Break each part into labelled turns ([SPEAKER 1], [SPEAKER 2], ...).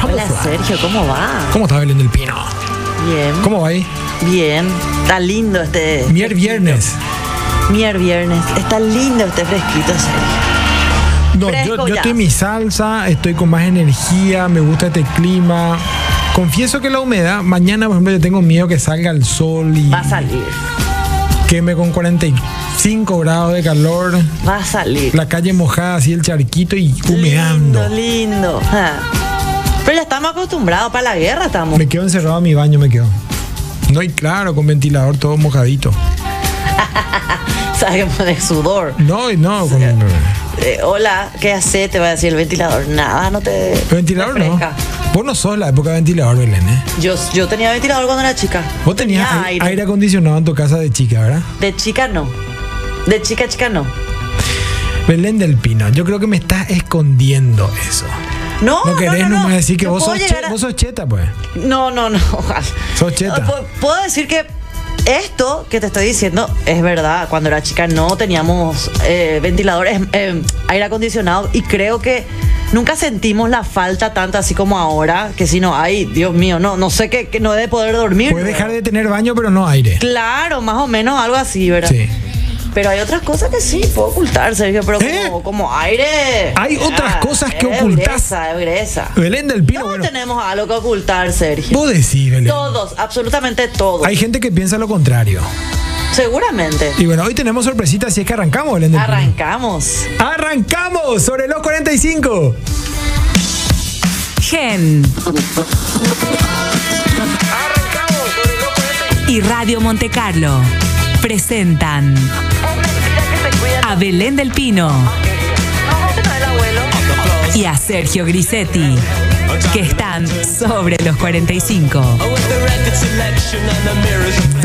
[SPEAKER 1] ¿Cómo
[SPEAKER 2] Hola
[SPEAKER 1] fue?
[SPEAKER 2] Sergio, ¿cómo va?
[SPEAKER 1] ¿Cómo está Belén del Pino?
[SPEAKER 2] Bien,
[SPEAKER 1] ¿Cómo va ahí?
[SPEAKER 2] bien. Está lindo este
[SPEAKER 1] Mier viernes.
[SPEAKER 2] mier viernes. Está lindo este fresquito, Sergio.
[SPEAKER 1] No,
[SPEAKER 2] Fresco
[SPEAKER 1] yo, yo
[SPEAKER 2] ya.
[SPEAKER 1] estoy en mi salsa, estoy con más energía, me gusta este clima. Confieso que la humedad, mañana por ejemplo yo tengo miedo que salga el sol y
[SPEAKER 2] Va a salir,
[SPEAKER 1] queme con 45 grados de calor,
[SPEAKER 2] va a salir.
[SPEAKER 1] la calle mojada, así el charquito y
[SPEAKER 2] Lindo,
[SPEAKER 1] humeando.
[SPEAKER 2] lindo. Ah. Pero ya estamos acostumbrados para la guerra, estamos.
[SPEAKER 1] Me quedo encerrado en mi baño, me quedo. No, y claro, con ventilador todo mojadito.
[SPEAKER 2] Sabemos de sudor.
[SPEAKER 1] No, y no, con
[SPEAKER 2] Eh, hola, ¿qué hace? Te va a decir el ventilador. Nada, no te.
[SPEAKER 1] ventilador no.
[SPEAKER 2] refresca.
[SPEAKER 1] Vos no sos la época de ventilador, Belén, ¿eh?
[SPEAKER 2] Yo, yo tenía ventilador cuando era chica.
[SPEAKER 1] Vos tenías
[SPEAKER 2] Tenía
[SPEAKER 1] aire. aire acondicionado en tu casa de chica, ¿verdad?
[SPEAKER 2] De chica no. De chica chica no.
[SPEAKER 1] Belén del Pino, yo creo que me estás escondiendo eso.
[SPEAKER 2] Oh, No,
[SPEAKER 1] No querés
[SPEAKER 2] no, no,
[SPEAKER 1] nomás decir que
[SPEAKER 2] Yo
[SPEAKER 1] vos
[SPEAKER 2] puedo
[SPEAKER 1] sos, che-
[SPEAKER 2] llegar a-
[SPEAKER 1] vos sos cheta, pues.
[SPEAKER 2] No, no, no.
[SPEAKER 1] Sos cheta.
[SPEAKER 2] Pu- Puedo decir que esto que te estoy diciendo es verdad. Cuando era chica no teníamos eh, ventiladores, eh, aire acondicionado y creo que nunca sentimos la falta tanto así como ahora. Que si no, ay, Dios mío, no, no sé que, que no he de poder dormir.
[SPEAKER 1] Puedes dejar de tener baño, pero no aire.
[SPEAKER 2] Claro, más o menos algo así, ¿verdad?
[SPEAKER 1] Sí.
[SPEAKER 2] Pero hay otras cosas que sí puedo ocultar, Sergio, pero
[SPEAKER 1] ¿Eh?
[SPEAKER 2] como, como aire. Ah,
[SPEAKER 1] Hay otras cosas que
[SPEAKER 2] es
[SPEAKER 1] ocultás.
[SPEAKER 2] Gresa, es gresa.
[SPEAKER 1] Belén del Pino,
[SPEAKER 2] Todos
[SPEAKER 1] bueno.
[SPEAKER 2] tenemos algo que ocultar, Sergio.
[SPEAKER 1] Vos decís, Belén.
[SPEAKER 2] Todos, absolutamente todos.
[SPEAKER 1] Hay gente que piensa lo contrario.
[SPEAKER 2] Seguramente.
[SPEAKER 1] Y bueno, hoy tenemos sorpresita, así es que arrancamos, Belén del Pino.
[SPEAKER 2] Arrancamos.
[SPEAKER 1] ¡Arrancamos! Sobre los 45.
[SPEAKER 3] Gen y Radio Monte Carlo presentan a Belén del Pino y a Sergio Grisetti, que están sobre los 45.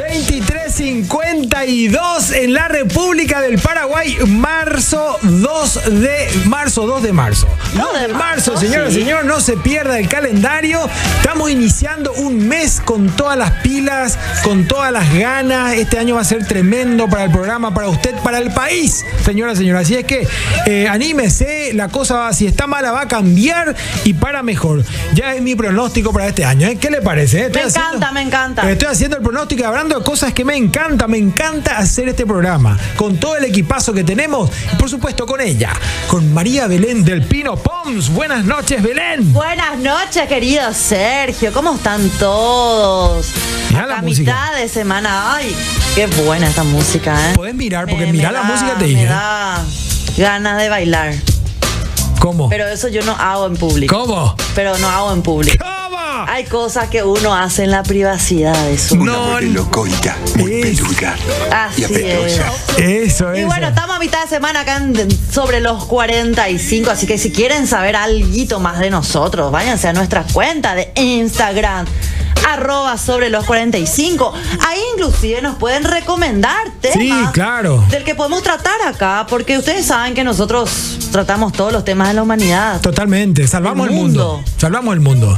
[SPEAKER 1] 23.52 en la República del Paraguay, marzo 2 de marzo, 2 de marzo.
[SPEAKER 2] No,
[SPEAKER 1] 2 de
[SPEAKER 2] de
[SPEAKER 1] marzo,
[SPEAKER 2] marzo,
[SPEAKER 1] señor,
[SPEAKER 2] sí.
[SPEAKER 1] señor, no se pierda el calendario. Estamos iniciando un mes con todas las pilas, con todas las ganas. Este año va a ser tremendo para el programa, para usted, para el país, señora, señora. Así es que eh, anímese, la cosa va, si está mala va a cambiar y para mejor. Ya es mi pronóstico para este año. ¿eh? ¿Qué le parece? eh? Estoy
[SPEAKER 2] Me encanta, me encanta.
[SPEAKER 1] Estoy haciendo el pronóstico y hablando de cosas que me encanta, me encanta hacer este programa. Con todo el equipazo que tenemos y por supuesto con ella, con María Belén del Pino Poms. Buenas noches, Belén.
[SPEAKER 2] Buenas noches, querido Sergio. ¿Cómo están todos?
[SPEAKER 1] Mirá
[SPEAKER 2] Acá
[SPEAKER 1] la
[SPEAKER 2] a
[SPEAKER 1] música.
[SPEAKER 2] mitad de semana. Ay, qué buena esta música, ¿eh?
[SPEAKER 1] Podés mirar, porque
[SPEAKER 2] Me-
[SPEAKER 1] mirar
[SPEAKER 2] me
[SPEAKER 1] la
[SPEAKER 2] da-
[SPEAKER 1] música te
[SPEAKER 2] Me
[SPEAKER 1] dije. ¿eh?
[SPEAKER 2] da ganas de bailar.
[SPEAKER 1] ¿Cómo?
[SPEAKER 2] Pero eso yo no hago en público.
[SPEAKER 1] ¿Cómo?
[SPEAKER 2] Pero no hago en público.
[SPEAKER 1] ¿Cómo?
[SPEAKER 2] Hay cosas que uno hace en la privacidad de su.
[SPEAKER 1] No.
[SPEAKER 4] Una mole locoica, muy
[SPEAKER 1] Es-
[SPEAKER 4] peluda
[SPEAKER 2] Así
[SPEAKER 4] y apetosa.
[SPEAKER 2] es.
[SPEAKER 1] Eso,
[SPEAKER 2] Y
[SPEAKER 1] eso.
[SPEAKER 2] bueno, estamos a mitad de semana acá en- sobre los 45, así que si quieren saber algo más de nosotros, váyanse a nuestra cuenta de Instagram, arroba sobre los 45. Ahí inclusive nos pueden recomendar
[SPEAKER 1] Sí,
[SPEAKER 2] temas
[SPEAKER 1] claro.
[SPEAKER 2] del que podemos tratar acá, porque ustedes saben que nosotros tratamos todos los temas de la humanidad.
[SPEAKER 1] Totalmente, salvamos el
[SPEAKER 2] El
[SPEAKER 1] mundo.
[SPEAKER 2] mundo.
[SPEAKER 1] Salvamos el mundo.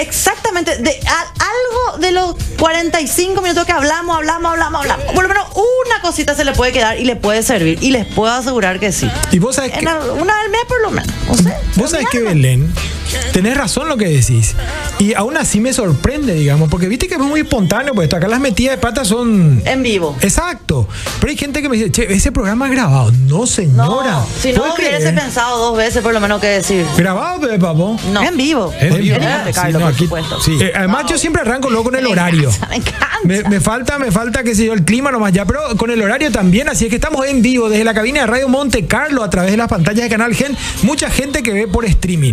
[SPEAKER 2] Exactamente, de, a- algo de los 45 minutos que hablamos, hablamos, hablamos, hablamos. Por lo menos una cosita se le puede quedar y le puede servir. Y les puedo asegurar que sí.
[SPEAKER 1] Y vos sabés que
[SPEAKER 2] En al- una vez al mes por lo menos. No sé.
[SPEAKER 1] Vos sabés que Belén, tenés razón lo que decís. Y aún así me sorprende, digamos, porque viste que es muy espontáneo, pues acá las metidas de patas son
[SPEAKER 2] En vivo.
[SPEAKER 1] Eh, Exacto. Pero hay gente que me dice, che, ese programa es grabado. No,
[SPEAKER 2] No,
[SPEAKER 1] señora.
[SPEAKER 2] si no
[SPEAKER 1] ¿Puede
[SPEAKER 2] hubiese
[SPEAKER 1] creer?
[SPEAKER 2] pensado dos veces por lo menos que decir.
[SPEAKER 1] Grabado, pe, papo.
[SPEAKER 2] No. En vivo.
[SPEAKER 1] Es vivo. Ah,
[SPEAKER 2] En Monte Carlo,
[SPEAKER 1] Sí, no,
[SPEAKER 2] por
[SPEAKER 1] aquí-
[SPEAKER 2] supuesto.
[SPEAKER 1] sí. Eh, además, yo siempre arranco luego con el horario.
[SPEAKER 2] Me encanta.
[SPEAKER 1] Me, me falta, me falta, qué sé yo, el clima nomás ya, pero con el horario también, así es que estamos en vivo desde la cabina de Radio Monte Carlo a través de las pantallas de Canal Gen, mucha gente que ve por streaming,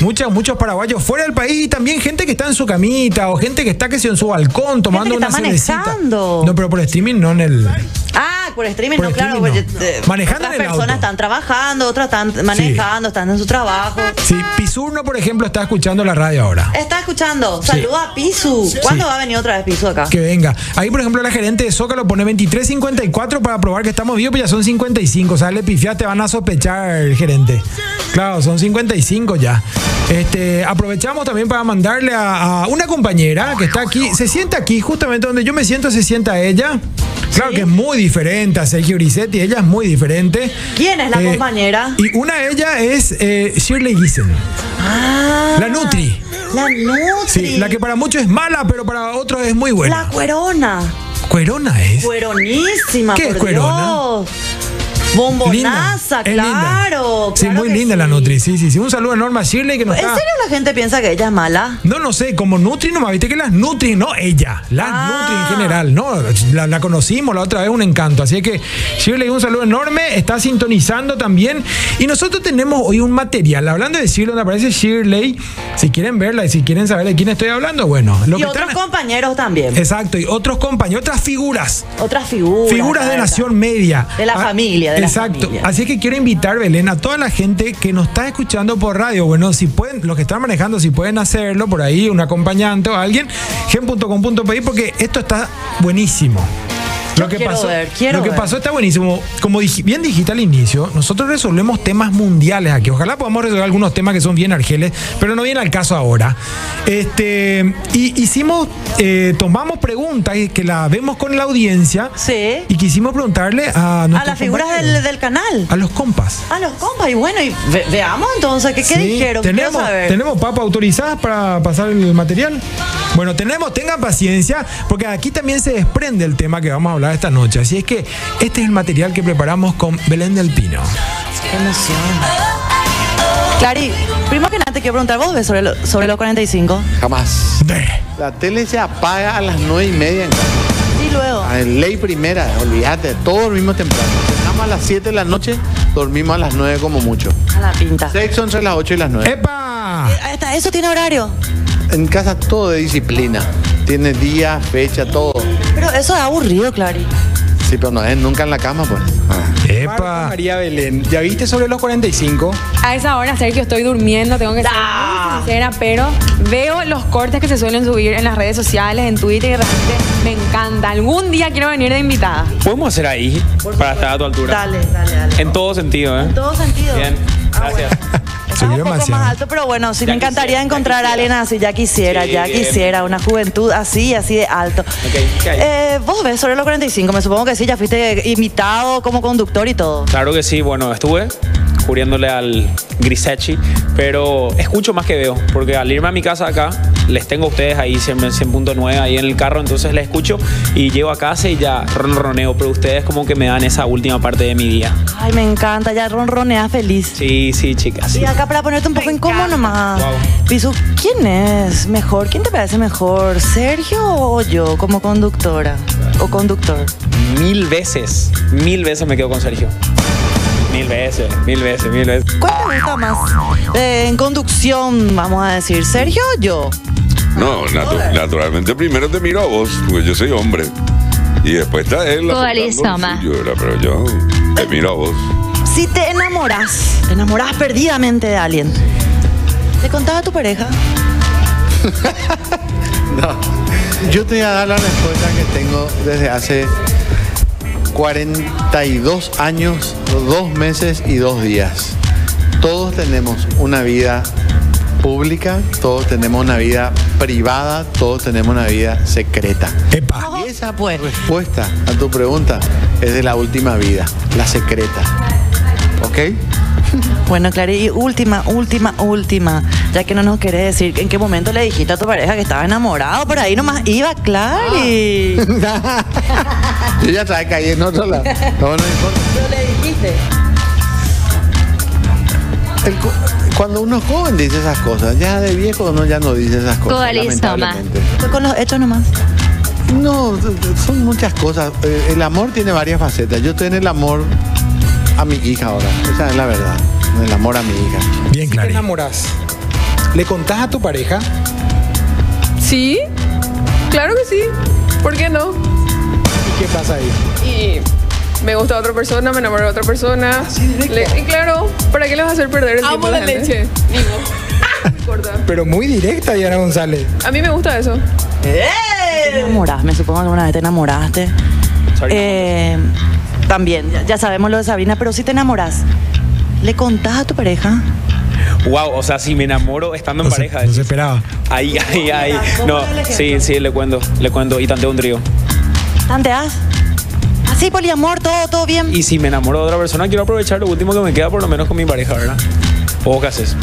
[SPEAKER 1] muchos, muchos paraguayos fuera del país y también gente que está en su camita o gente que está, qué sé yo, en su balcón tomando
[SPEAKER 2] que
[SPEAKER 1] una
[SPEAKER 2] está
[SPEAKER 1] cervecita.
[SPEAKER 2] manejando.
[SPEAKER 1] No, pero por streaming no en el...
[SPEAKER 2] Ah, por streaming,
[SPEAKER 1] Por
[SPEAKER 2] no, claro.
[SPEAKER 1] streaming no.
[SPEAKER 2] porque, eh,
[SPEAKER 1] Manejando
[SPEAKER 2] otras
[SPEAKER 1] en el
[SPEAKER 2] personas
[SPEAKER 1] auto.
[SPEAKER 2] están trabajando, otras están manejando, están en su trabajo.
[SPEAKER 1] Sí, Pisurno, por ejemplo, está escuchando la radio ahora.
[SPEAKER 2] Está escuchando. Saluda a Pisu. ¿Cuándo
[SPEAKER 1] Sí.
[SPEAKER 2] va a venir otra vez Pisu acá?
[SPEAKER 1] Que venga. Ahí, por ejemplo, la gerente de Zócalo pone 23.54 para probar que estamos vivos, pero ya son 55. O sea, le pifiaste, van a sospechar, gerente. Claro, son 55 ya. Este, aprovechamos también para mandarle a, a una compañera que está aquí. Se sienta aquí, justamente donde yo me siento, se sienta ella. Claro
[SPEAKER 2] Sí.
[SPEAKER 1] que es muy diferente a Sergio Grisetti, ella es muy diferente.
[SPEAKER 2] ¿Quién es la compañera?
[SPEAKER 1] Y una de ellas es eh, Shirley Gissen,
[SPEAKER 2] Ah,
[SPEAKER 1] eh, la Nutri.
[SPEAKER 2] La Nutri.
[SPEAKER 1] Sí, la que para muchos es mala, pero para otros es muy buena.
[SPEAKER 2] La cuerona.
[SPEAKER 1] Cuerona es.
[SPEAKER 2] Cueronísima,
[SPEAKER 1] ¿Qué es
[SPEAKER 2] por
[SPEAKER 1] cuerona?
[SPEAKER 2] Dios. Bombonaza,
[SPEAKER 1] es
[SPEAKER 2] claro.
[SPEAKER 1] Sí,
[SPEAKER 2] claro
[SPEAKER 1] muy
[SPEAKER 2] que
[SPEAKER 1] linda la Ah.
[SPEAKER 2] sí.
[SPEAKER 1] Nutri. Sí, sí, sí. Un saludo a Norma Shirley que nos
[SPEAKER 2] ¿En
[SPEAKER 1] está-
[SPEAKER 2] serio la gente piensa que ella es mala?
[SPEAKER 1] No, no sé, como Nutri nomás, viste que las Nutri, no ella, las
[SPEAKER 2] Ah.
[SPEAKER 1] Nutri en general, ¿no? La, la conocimos la otra vez, un encanto. Así que Shirley, un saludo enorme, está sintonizando también. Y nosotros tenemos hoy un material, hablando de Shirley, donde aparece Shirley, si quieren verla y si quieren saber de quién estoy hablando, bueno. Lo
[SPEAKER 2] y
[SPEAKER 1] que Eh,
[SPEAKER 2] otros
[SPEAKER 1] están-
[SPEAKER 2] compañeros también.
[SPEAKER 1] Exacto, y otros compañeros, otras figuras.
[SPEAKER 2] Otras figuras.
[SPEAKER 1] Figuras de
[SPEAKER 2] ¿verdad?
[SPEAKER 1] Nación Media.
[SPEAKER 2] De la
[SPEAKER 1] Ah,
[SPEAKER 2] familia, de la
[SPEAKER 1] Exacto.
[SPEAKER 2] familia.
[SPEAKER 1] Así que quiero invitar, Belén, a toda la gente que nos está escuchando por radio. Bueno, si pueden, los que están manejando, si pueden hacerlo por ahí, un acompañante o alguien, gen.com.pi, porque esto está buenísimo.
[SPEAKER 2] Yo quiero ver, quiero
[SPEAKER 1] lo que
[SPEAKER 2] ver.
[SPEAKER 1] pasó está buenísimo. Como dij- bien dijiste al inicio, nosotros resolvemos temas mundiales aquí. Ojalá podamos resolver algunos temas que son bien argeles, pero no viene al caso ahora. Este, y hicimos, eh, tomamos preguntas y que las vemos con la audiencia.
[SPEAKER 2] Sí.
[SPEAKER 1] Y quisimos preguntarle a
[SPEAKER 2] A
[SPEAKER 1] nuestros
[SPEAKER 2] las figuras
[SPEAKER 1] compañeros,
[SPEAKER 2] del, del canal.
[SPEAKER 1] a los compas.
[SPEAKER 2] A los compas. Y bueno, y ve- veamos entonces qué, qué
[SPEAKER 1] Sí,
[SPEAKER 2] dijeron. Quiero
[SPEAKER 1] Tenemos,
[SPEAKER 2] saber.
[SPEAKER 1] tenemos papas autorizadas para pasar el material. Bueno, tenemos, tengan paciencia, porque aquí también se desprende el tema que vamos a hablar esta noche. Así es que este es el material que preparamos con Belén del Pino.
[SPEAKER 2] Qué emoción. Clary, primero que nada te quiero preguntar, ¿vos ves sobre, lo- sobre los 45?
[SPEAKER 5] Jamás.
[SPEAKER 1] Ve.
[SPEAKER 5] La tele se apaga a las 9 y media en casa.
[SPEAKER 2] Sí, luego.
[SPEAKER 5] A ley primera, olvídate, todos dormimos temprano. Cenamos a las 7 de la noche, dormimos a las 9 como mucho.
[SPEAKER 2] A la pinta.
[SPEAKER 5] Sexo entre las 8 y las 9.
[SPEAKER 1] ¡Epa!
[SPEAKER 2] Hasta eso tiene horario.
[SPEAKER 5] En casa todo de disciplina. Tiene día, fecha, todo.
[SPEAKER 2] Pero eso es aburrido, Clary.
[SPEAKER 5] Sí, pero no es nunca en la cama, pues.
[SPEAKER 1] ¡Epa!
[SPEAKER 6] María Belén, ¿ya viste sobre los 45?
[SPEAKER 7] A esa hora, Sergio, estoy durmiendo, tengo que ser muy sincera, pero veo los cortes que se suelen subir en las redes sociales, en Twitter, y realmente me encanta. Algún día quiero venir de invitada.
[SPEAKER 8] ¿Podemos hacer ahí para estar a tu altura?
[SPEAKER 2] Dale, dale, dale.
[SPEAKER 8] En todo sentido, ¿eh?
[SPEAKER 2] En todo sentido.
[SPEAKER 8] Bien,
[SPEAKER 2] Ah, bueno.
[SPEAKER 8] gracias.
[SPEAKER 2] Estaba un
[SPEAKER 1] Subió
[SPEAKER 2] poco
[SPEAKER 1] demasiado.
[SPEAKER 2] más alto, pero bueno, sí
[SPEAKER 8] Ya
[SPEAKER 2] me encantaría
[SPEAKER 8] quisiera, ya
[SPEAKER 2] encontrar a
[SPEAKER 8] quisiera.
[SPEAKER 2] alguien así, ya quisiera,
[SPEAKER 8] Sí,
[SPEAKER 2] ya
[SPEAKER 8] bien.
[SPEAKER 2] quisiera, una juventud así, así de alto.
[SPEAKER 8] ok.
[SPEAKER 2] Eh, Vos ves sobre los 45, me supongo que sí, ya fuiste invitado como conductor y todo.
[SPEAKER 8] Claro que sí, bueno, estuve cubriéndole al Grisechi, pero escucho más que veo, porque al irme a mi casa acá, les tengo a ustedes ahí 100 100.9 ahí en el carro, entonces les escucho y llego a casa y ya ronroneo, pero ustedes como que me dan esa última parte de mi día.
[SPEAKER 2] Ay, me encanta, ya ronronea feliz.
[SPEAKER 8] Sí, sí, chicas. sí.
[SPEAKER 2] Y acá para ponerte un poco incómodo nomás.
[SPEAKER 8] Wow.
[SPEAKER 2] Pisu, ¿quién es mejor? ¿Quién te parece mejor? ¿Sergio o yo como conductora? ¿O conductor?
[SPEAKER 8] Mil veces, mil veces me quedo con Sergio. Mil veces, mil veces, mil veces.
[SPEAKER 2] ¿Cuál te gusta más? Eh, en conducción, vamos a decir, ¿Sergio o yo?
[SPEAKER 4] No, natu- naturalmente primero te miro a vos, porque yo soy hombre. Y después está él.
[SPEAKER 9] Hola,
[SPEAKER 4] aportando lo
[SPEAKER 9] Soma.
[SPEAKER 4] suyo, ¿verdad? pero yo te miro a vos.
[SPEAKER 2] Si te enamoras, te enamoras perdidamente de alguien. ¿Le contaba a tu pareja?
[SPEAKER 5] No. Yo te voy a dar la respuesta que tengo desde hace 42 años, dos meses y dos días. Todos tenemos una vida pública, todos tenemos una vida privada, todos tenemos una vida secreta.
[SPEAKER 1] ¡Epa!
[SPEAKER 5] Y esa
[SPEAKER 2] pues.
[SPEAKER 5] respuesta a tu pregunta es de la última vida, la secreta. ¿Ok?
[SPEAKER 2] Bueno, claro, y última, última, última. Ya que no nos querés decir en qué momento le dijiste a tu pareja que estaba enamorado, por ahí nomás iba, Clary.
[SPEAKER 5] Yo ya estaba caí en otro lado. No, no importa.
[SPEAKER 2] le dijiste?
[SPEAKER 5] El cu- cuando uno es joven dice esas cosas, ya de viejo uno ya no dice esas cosas.
[SPEAKER 9] Todo listo, ma.
[SPEAKER 5] lamentablemente.
[SPEAKER 2] Fue con los hechos nomás.
[SPEAKER 5] No, son muchas cosas. Eh, El amor tiene varias facetas. Yo estoy en el amor a mi hija ahora. Esa es la verdad. En el amor a mi hija.
[SPEAKER 1] Bien
[SPEAKER 6] ¿Te
[SPEAKER 1] claro.
[SPEAKER 6] enamorás? ¿Le contás a tu pareja?
[SPEAKER 7] ¿Sí? Claro que sí. ¿Por qué no?
[SPEAKER 6] ¿Y qué pasa ahí?
[SPEAKER 10] y me gusta otra persona, me enamoro de otra persona. Le- y claro, ¿para qué les vas a hacer perder el tiempo? a la gente? No importa.
[SPEAKER 6] Pero muy directa, Diana González.
[SPEAKER 10] A mí me gusta eso.
[SPEAKER 2] Te enamorás, me supongo que alguna vez te enamoraste.
[SPEAKER 8] Sorry,
[SPEAKER 2] Eh, también, ya- ya sabemos lo de Sabrina, pero si te enamoras, ¿le contás a tu pareja?
[SPEAKER 8] Wow, o sea, si me enamoro estando en
[SPEAKER 1] No se,
[SPEAKER 8] pareja.
[SPEAKER 1] no se e- esperaba.
[SPEAKER 8] Ahí, ahí, ahí.
[SPEAKER 2] ¿Cómo
[SPEAKER 8] No,
[SPEAKER 2] era el
[SPEAKER 8] sí,
[SPEAKER 2] ejemplo?
[SPEAKER 8] sí, le cuento, le cuento. Y tanteo un trío.
[SPEAKER 2] ¿Tanteas? Así, poliamor, todo, todo bien.
[SPEAKER 8] Y si me enamoro de otra persona, quiero aprovechar lo último que me queda, por lo menos con mi pareja, ¿verdad? ¿O vos qué haces?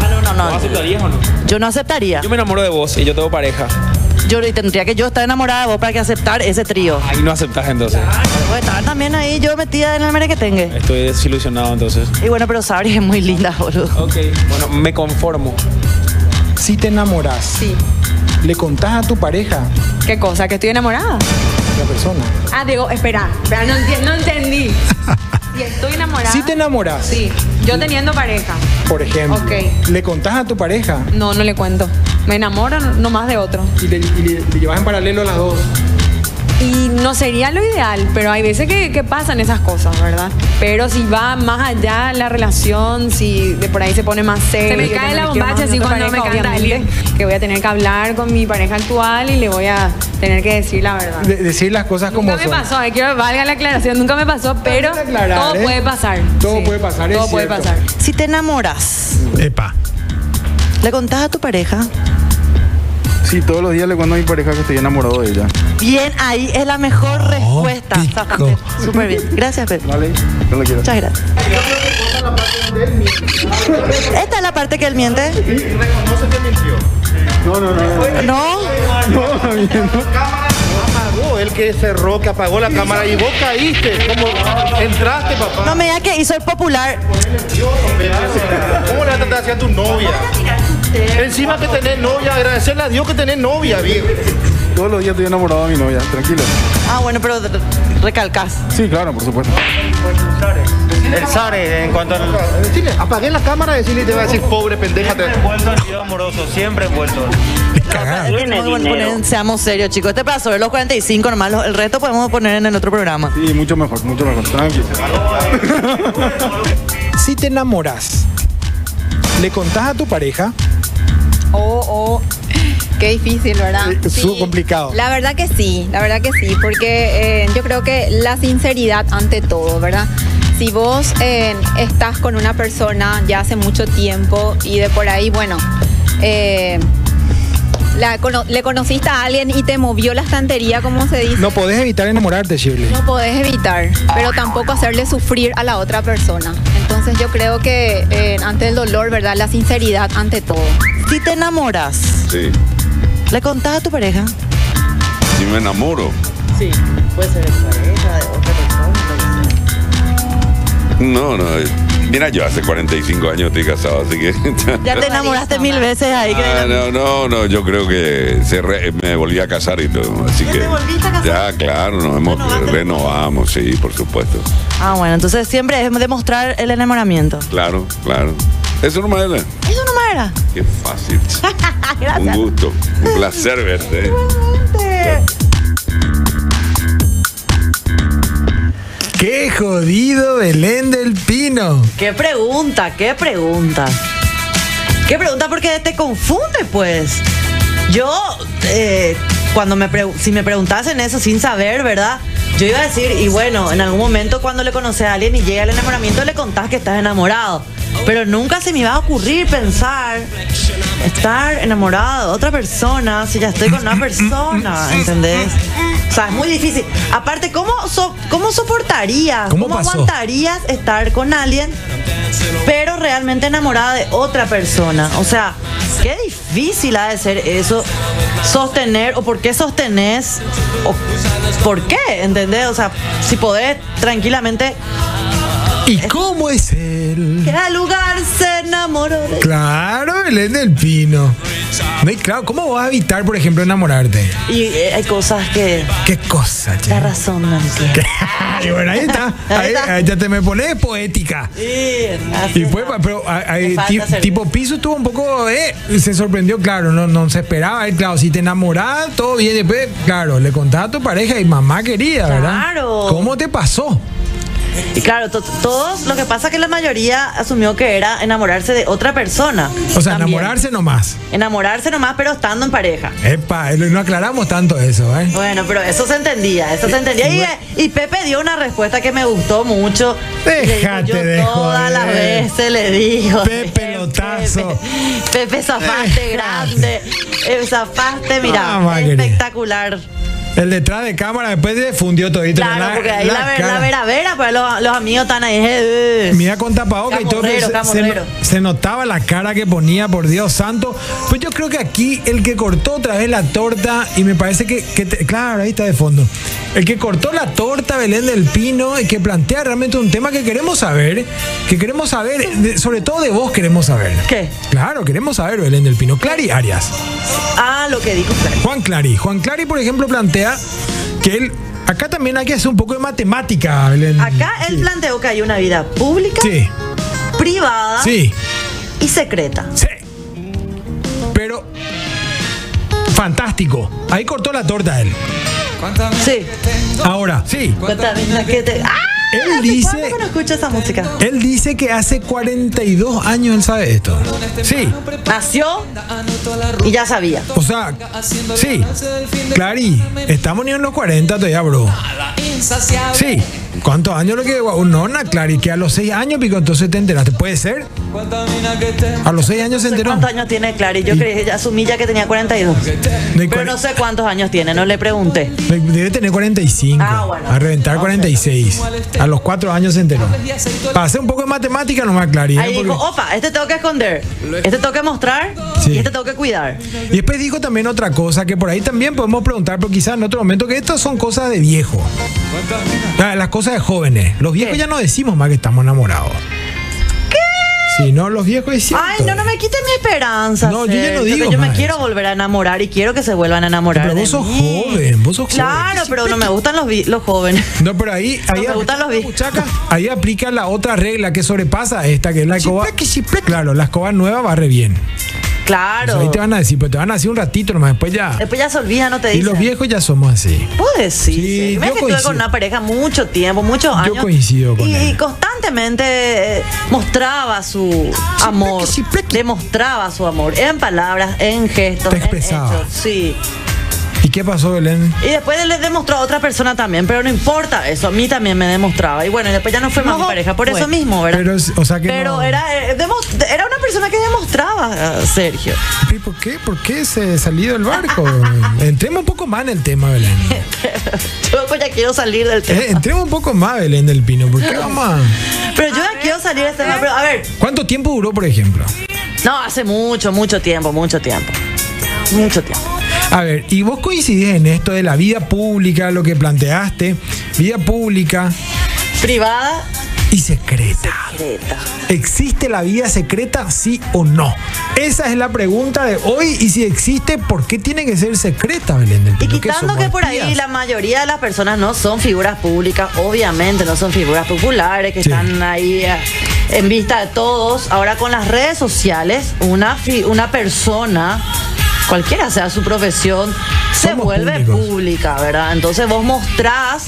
[SPEAKER 2] Ah, no, no,
[SPEAKER 8] ¿Vos
[SPEAKER 2] no.
[SPEAKER 8] aceptarías o no?
[SPEAKER 2] Yo no aceptaría.
[SPEAKER 8] Yo me enamoro de vos y yo tengo pareja.
[SPEAKER 2] Yo y tendría que yo estar enamorada de vos para que aceptar ese trío.
[SPEAKER 8] Ahí no aceptas entonces.
[SPEAKER 2] Voy a estar también ahí yo metida en el mere que tenga.
[SPEAKER 8] Estoy desilusionado entonces.
[SPEAKER 2] Y bueno, pero Sabri es muy linda, boludo.
[SPEAKER 8] Ok. Bueno, me conformo.
[SPEAKER 6] Si te enamoras,
[SPEAKER 7] Sí.
[SPEAKER 6] le contás a tu pareja,
[SPEAKER 7] ¿Qué cosa? ¿Que estoy enamorada?
[SPEAKER 6] la persona.
[SPEAKER 7] Ah, digo, espera. espera, no, enti- no entendí. Si estoy enamorada.
[SPEAKER 6] Si te enamoras,
[SPEAKER 7] Sí. Yo teniendo pareja.
[SPEAKER 6] por ejemplo,
[SPEAKER 7] Ok.
[SPEAKER 6] le contás a tu pareja
[SPEAKER 7] No, no le cuento. Me enamoro nomás de otro.
[SPEAKER 6] y le, y le- le llevas en paralelo a las dos.
[SPEAKER 7] Y no sería lo ideal, pero hay veces que, que pasan esas cosas, ¿verdad? Pero si va más allá la relación, si de por ahí se pone más serio.
[SPEAKER 10] me
[SPEAKER 7] que
[SPEAKER 10] cae
[SPEAKER 7] no
[SPEAKER 10] la
[SPEAKER 7] le quiero
[SPEAKER 10] bombacha
[SPEAKER 7] más
[SPEAKER 10] así
[SPEAKER 7] a otra
[SPEAKER 10] cuando me
[SPEAKER 7] pareja,
[SPEAKER 10] canta
[SPEAKER 7] obviamente, Que voy a tener que hablar con mi pareja actual y le voy a tener que decir la verdad.
[SPEAKER 6] De- decir las cosas como
[SPEAKER 7] Nunca me
[SPEAKER 6] son.
[SPEAKER 7] pasó, eh, quiero valga la aclaración, nunca me pasó, pero
[SPEAKER 6] que aclarar,
[SPEAKER 7] todo
[SPEAKER 6] ¿eh?
[SPEAKER 7] puede pasar.
[SPEAKER 6] Todo puede pasar, es
[SPEAKER 7] Todo puede
[SPEAKER 6] cierto.
[SPEAKER 7] pasar.
[SPEAKER 2] Si te enamoras,
[SPEAKER 1] Epa.
[SPEAKER 2] le contás a tu pareja.
[SPEAKER 9] Sí, todos los días le cuento a mi pareja que estoy enamorado de ella.
[SPEAKER 2] Bien, ahí es la mejor respuesta.
[SPEAKER 1] pico.
[SPEAKER 2] Zafate. Súper bien. Gracias, Pepe.
[SPEAKER 9] ¿Vale? Yo la quiero.
[SPEAKER 2] Muchas gracias. Esta es la parte que él miente.
[SPEAKER 9] No, no, no. no.
[SPEAKER 2] No,
[SPEAKER 11] apagó, Oh, el que cerró, que apagó la cámara y vos caíste. ¿Cómo entraste, papá?
[SPEAKER 2] no me digas que hizo el popular.
[SPEAKER 11] ¿Cómo le vas a tratar así a tu novia? Encima que tenés novia, agradecerle a Dios que tenés novia, viejo.
[SPEAKER 9] Todos los días estoy enamorado de mi novia, tranquilo.
[SPEAKER 2] Ah, bueno, pero re- recalcas.
[SPEAKER 9] Sí, claro, por supuesto.
[SPEAKER 11] El Sare, en cuanto al... Decirle, apagué la cámara, decirle y te va a decir, pobre pendeja. Te... envuelto en video amoroso, siempre envuelto.
[SPEAKER 2] Este podemos poner en seamos serios, chicos. Este para sobre los 45 nomás. Los- El resto podemos poner en el otro programa.
[SPEAKER 9] Sí, mucho mejor, mucho mejor, tranquilo.
[SPEAKER 6] Si te enamoras, le contás a tu pareja,
[SPEAKER 12] Oh, oh. Qué difícil, ¿verdad?
[SPEAKER 6] Eh, su- complicado.
[SPEAKER 12] La verdad que sí, la verdad que sí, porque eh, yo creo que la sinceridad ante todo, ¿verdad? Si vos eh, estás con una persona ya hace mucho tiempo y de por ahí, bueno, eh, la cono- le conociste a alguien y te movió la estantería, como se dice,
[SPEAKER 6] no podés evitar enamorarte, Shirley.
[SPEAKER 12] no podés evitar, pero tampoco hacerle sufrir a la otra persona. Entonces yo creo que eh, ante el dolor, ¿verdad? La sinceridad ante todo.
[SPEAKER 2] Si te enamoras,
[SPEAKER 4] Sí.
[SPEAKER 2] le contás a tu pareja.
[SPEAKER 4] Si me enamoro.
[SPEAKER 2] Sí, puede ser pareja de otra persona.
[SPEAKER 4] No, no. eh, Mira, yo hace 45 años estoy casado, así que.
[SPEAKER 2] Ya te enamoraste mil veces ahí.
[SPEAKER 4] Ah,
[SPEAKER 2] que-
[SPEAKER 4] no, no, no, yo creo que se re- me volví a casar y todo, así
[SPEAKER 2] ¿Ya
[SPEAKER 4] que...
[SPEAKER 2] te volviste a casar?
[SPEAKER 4] Ya, claro, nos hemos
[SPEAKER 2] Renovaste.
[SPEAKER 4] renovamos, sí, por supuesto.
[SPEAKER 2] Ah, bueno, entonces siempre es demostrar el enamoramiento.
[SPEAKER 4] Claro, claro. Eso no me
[SPEAKER 2] Eso nomás era.
[SPEAKER 4] Qué fácil. Un
[SPEAKER 2] Gracias.
[SPEAKER 4] gusto, un placer verte.
[SPEAKER 1] Qué jodido Belén del Pino.
[SPEAKER 2] Qué pregunta, qué pregunta. Qué pregunta porque te confunde, pues. Yo, eh, cuando me pregu- si me preguntasen eso sin saber, ¿verdad? Yo iba a decir, y bueno, en algún momento cuando le conoces a alguien y llega el enamoramiento, le contás que estás enamorado. Pero nunca se me iba a ocurrir pensar estar enamorado de otra persona si ya estoy con una persona, ¿entendés? O sea, es muy difícil. Aparte, ¿cómo, so- cómo soportarías?
[SPEAKER 1] ¿Cómo pasó?
[SPEAKER 2] aguantarías estar con alguien, pero realmente enamorada de otra persona? O sea, qué difícil ha de ser eso, sostener, o por qué sostenés, o por qué, ¿entendés? O sea, si podés tranquilamente,
[SPEAKER 1] ¿Y cómo es él?
[SPEAKER 2] que al lugar se enamoró de
[SPEAKER 1] Claro, Belén del Pino. No, y claro, ¿cómo vas a evitar, por ejemplo, enamorarte?
[SPEAKER 2] Y eh, hay cosas que
[SPEAKER 1] Qué cosa, che.
[SPEAKER 2] la razón no entiende.
[SPEAKER 1] Y bueno, ahí está.
[SPEAKER 2] Ahí
[SPEAKER 1] Ahí,
[SPEAKER 2] está.
[SPEAKER 1] ahí ya te me pones poética. Y fue, pa- pero ah, ah,
[SPEAKER 2] Le falta
[SPEAKER 1] ti-
[SPEAKER 2] servir.
[SPEAKER 1] tipo piso estuvo un poco, eh, se sorprendió, claro, no, no se esperaba, eh, claro, si te enamorás, todo bien, después, claro, le contás a tu pareja y mamá quería, ¿verdad?
[SPEAKER 2] Claro.
[SPEAKER 1] ¿Cómo te pasó?
[SPEAKER 2] Y claro, to- todos, lo que pasa es que la mayoría asumió que era enamorarse de otra persona.
[SPEAKER 1] O sea,
[SPEAKER 2] También.
[SPEAKER 1] enamorarse nomás.
[SPEAKER 2] Enamorarse nomás, pero estando en pareja.
[SPEAKER 1] Epa, eh, no aclaramos tanto eso, ¿eh?
[SPEAKER 2] Bueno, pero eso se entendía, eso se entendía. Y, eh, y Pepe dio una respuesta que me gustó mucho.
[SPEAKER 1] Déjate
[SPEAKER 2] Le digo, yo
[SPEAKER 1] de
[SPEAKER 2] Todas
[SPEAKER 1] joder.
[SPEAKER 2] las veces le digo.
[SPEAKER 1] Pepe Lotazo.
[SPEAKER 2] Pepe, Pepe zafaste
[SPEAKER 1] Déjate.
[SPEAKER 2] grande. Eh, zafaste, mira,
[SPEAKER 1] Mamá querida.
[SPEAKER 2] espectacular.
[SPEAKER 1] El detrás Ah, de cámara después se fundió todito.
[SPEAKER 2] Claro,
[SPEAKER 1] la-
[SPEAKER 2] porque ahí la, ver-
[SPEAKER 1] cara.
[SPEAKER 2] la vera vera, pero los, los amigos están ahí. eh, eh.
[SPEAKER 1] Mira con tapabocas y todo. pero
[SPEAKER 2] Camorrero,
[SPEAKER 1] se- se,
[SPEAKER 2] camorrero.
[SPEAKER 1] se notaba la cara que ponía, por Dios santo. Pues yo creo que aquí el que cortó otra vez la torta, y me parece que, que te- claro, ahí está de fondo. El que cortó la torta, Belén del Pino, y que plantea realmente un tema que queremos saber, que queremos saber, de- sobre todo de vos queremos saber.
[SPEAKER 2] ¿Qué?
[SPEAKER 1] Claro, queremos saber, Belén del Pino. Clary Arias.
[SPEAKER 2] Ah, lo que dijo Clary.
[SPEAKER 1] Juan Clary. Juan Clary, por ejemplo, plantea que él. Acá también hay que hacer un poco de matemática, Belén.
[SPEAKER 2] Acá él planteó que hay una vida pública,
[SPEAKER 1] Sí.
[SPEAKER 2] privada
[SPEAKER 1] Sí.
[SPEAKER 2] y secreta.
[SPEAKER 1] Sí. Pero. Fantástico. Ahí cortó la torta él.
[SPEAKER 2] Sí.
[SPEAKER 1] Ahora, sí.
[SPEAKER 2] que te... ¡Ah!
[SPEAKER 1] Él dice.
[SPEAKER 2] No escucho esa música.
[SPEAKER 1] Él dice que hace 42 años él sabe esto. Sí.
[SPEAKER 2] Nació y ya sabía.
[SPEAKER 1] O sea, sí. Clary, estamos ni en los 40 todavía, bro. Sí. ¿Cuántos años lo que un nona, Clary? Que a los 6 años pico, entonces te enteraste. ¿Puede ser? A los 6 años se enteró.
[SPEAKER 2] ¿Cuántos años tiene Clary? Yo creí, ya asumí ya que tenía 42. Pero no sé cuántos años tiene, no le pregunté.
[SPEAKER 1] Debe tener 45.
[SPEAKER 2] Ah,
[SPEAKER 1] A reventar 46. A los 4 años se enteró. Pasé un poco de matemática nomás, Clary. ¿eh?
[SPEAKER 2] Ahí
[SPEAKER 1] Porque-
[SPEAKER 2] dijo, opa, este tengo que esconder, este tengo que mostrar y este tengo que cuidar.
[SPEAKER 1] Y después dijo también otra cosa que por ahí también podemos preguntar, pero quizás en otro momento, que estas son cosas de viejo. Ah, Las cosas de jóvenes. Los viejos ya no decimos más que estamos enamorados. ¿Qué? Si no, los viejos decimos.
[SPEAKER 2] Ay, no, no me quiten mi esperanza.
[SPEAKER 1] No, yo ya no
[SPEAKER 2] Sergio,
[SPEAKER 1] digo
[SPEAKER 2] que Yo me
[SPEAKER 1] más.
[SPEAKER 2] quiero volver a enamorar y quiero que se vuelvan a enamorar.
[SPEAKER 1] Pero
[SPEAKER 2] de
[SPEAKER 1] vos sos
[SPEAKER 2] mí.
[SPEAKER 1] joven, vos sos
[SPEAKER 2] Claro,
[SPEAKER 1] joven.
[SPEAKER 2] pero no me gustan los, vi- los jóvenes.
[SPEAKER 1] No, pero ahí, ahí,
[SPEAKER 2] me gustan los viejos.
[SPEAKER 1] ahí aplica la otra regla que sobrepasa esta, que es la escoba. Claro, la escoba nueva barre bien. O sea,
[SPEAKER 2] Claro.
[SPEAKER 1] Pues ahí te van a decir, pero te van a decir un ratito nomás, después ya.
[SPEAKER 2] Después ya se olvida, no te
[SPEAKER 1] Y
[SPEAKER 2] dicen.
[SPEAKER 1] los viejos ya somos así.
[SPEAKER 2] Puedo decir. eh, sí. Mira
[SPEAKER 1] yo
[SPEAKER 2] que estuve
[SPEAKER 1] coincido.
[SPEAKER 2] con una pareja mucho tiempo, muchos
[SPEAKER 1] Yo
[SPEAKER 2] años.
[SPEAKER 1] coincido con
[SPEAKER 2] y,
[SPEAKER 1] él.
[SPEAKER 2] y constantemente eh, mostraba su amor. Demostraba su amor en palabras, en gestos.
[SPEAKER 1] Te
[SPEAKER 2] en
[SPEAKER 1] expresaba.
[SPEAKER 2] hechos, sí.
[SPEAKER 1] ¿Y qué pasó, Belén?
[SPEAKER 2] Y después le demostró a otra persona también, pero no importa eso, a mí también me demostraba. Y bueno, y después ya no fue más mi pareja, por eso
[SPEAKER 1] Bueno.
[SPEAKER 2] mismo, ¿verdad?
[SPEAKER 1] Pero, es- o sea que
[SPEAKER 2] Pero
[SPEAKER 1] no-
[SPEAKER 2] era, eh, demo- era una persona que demostraba, eh, Sergio.
[SPEAKER 1] ¿Y por qué? ¿Por qué se salió del barco? Entremos un poco más en el tema, Belén.
[SPEAKER 2] Yo pues, ya quiero salir del tema.
[SPEAKER 1] Eh, entremos un poco más, Belén del Pino. ¿Por qué vamos a-
[SPEAKER 2] Pero yo ya quiero salir del tema. Pero a ver,
[SPEAKER 1] ¿Cuánto tiempo duró, por ejemplo?
[SPEAKER 2] no, hace mucho, mucho tiempo, mucho tiempo. Mucho tiempo.
[SPEAKER 1] A ver, ¿y vos coincidís en esto de la vida pública, lo que planteaste? Vida pública
[SPEAKER 2] Privada,
[SPEAKER 1] y secreta. ¿Existe la vida secreta, sí o no? Esa es la pregunta de hoy. Y si existe, ¿por qué tiene que ser secreta, Belén del Pino? ¿Qué
[SPEAKER 2] Quitando
[SPEAKER 1] somos,
[SPEAKER 2] que por ahí
[SPEAKER 1] espías?
[SPEAKER 2] la mayoría de las personas no son figuras públicas, obviamente no son figuras populares que están ahí eh, en vista de todos. Ahora con las redes sociales, una, fi- una persona, cualquiera sea su profesión, se vuelve pública, ¿verdad? Entonces vos mostrás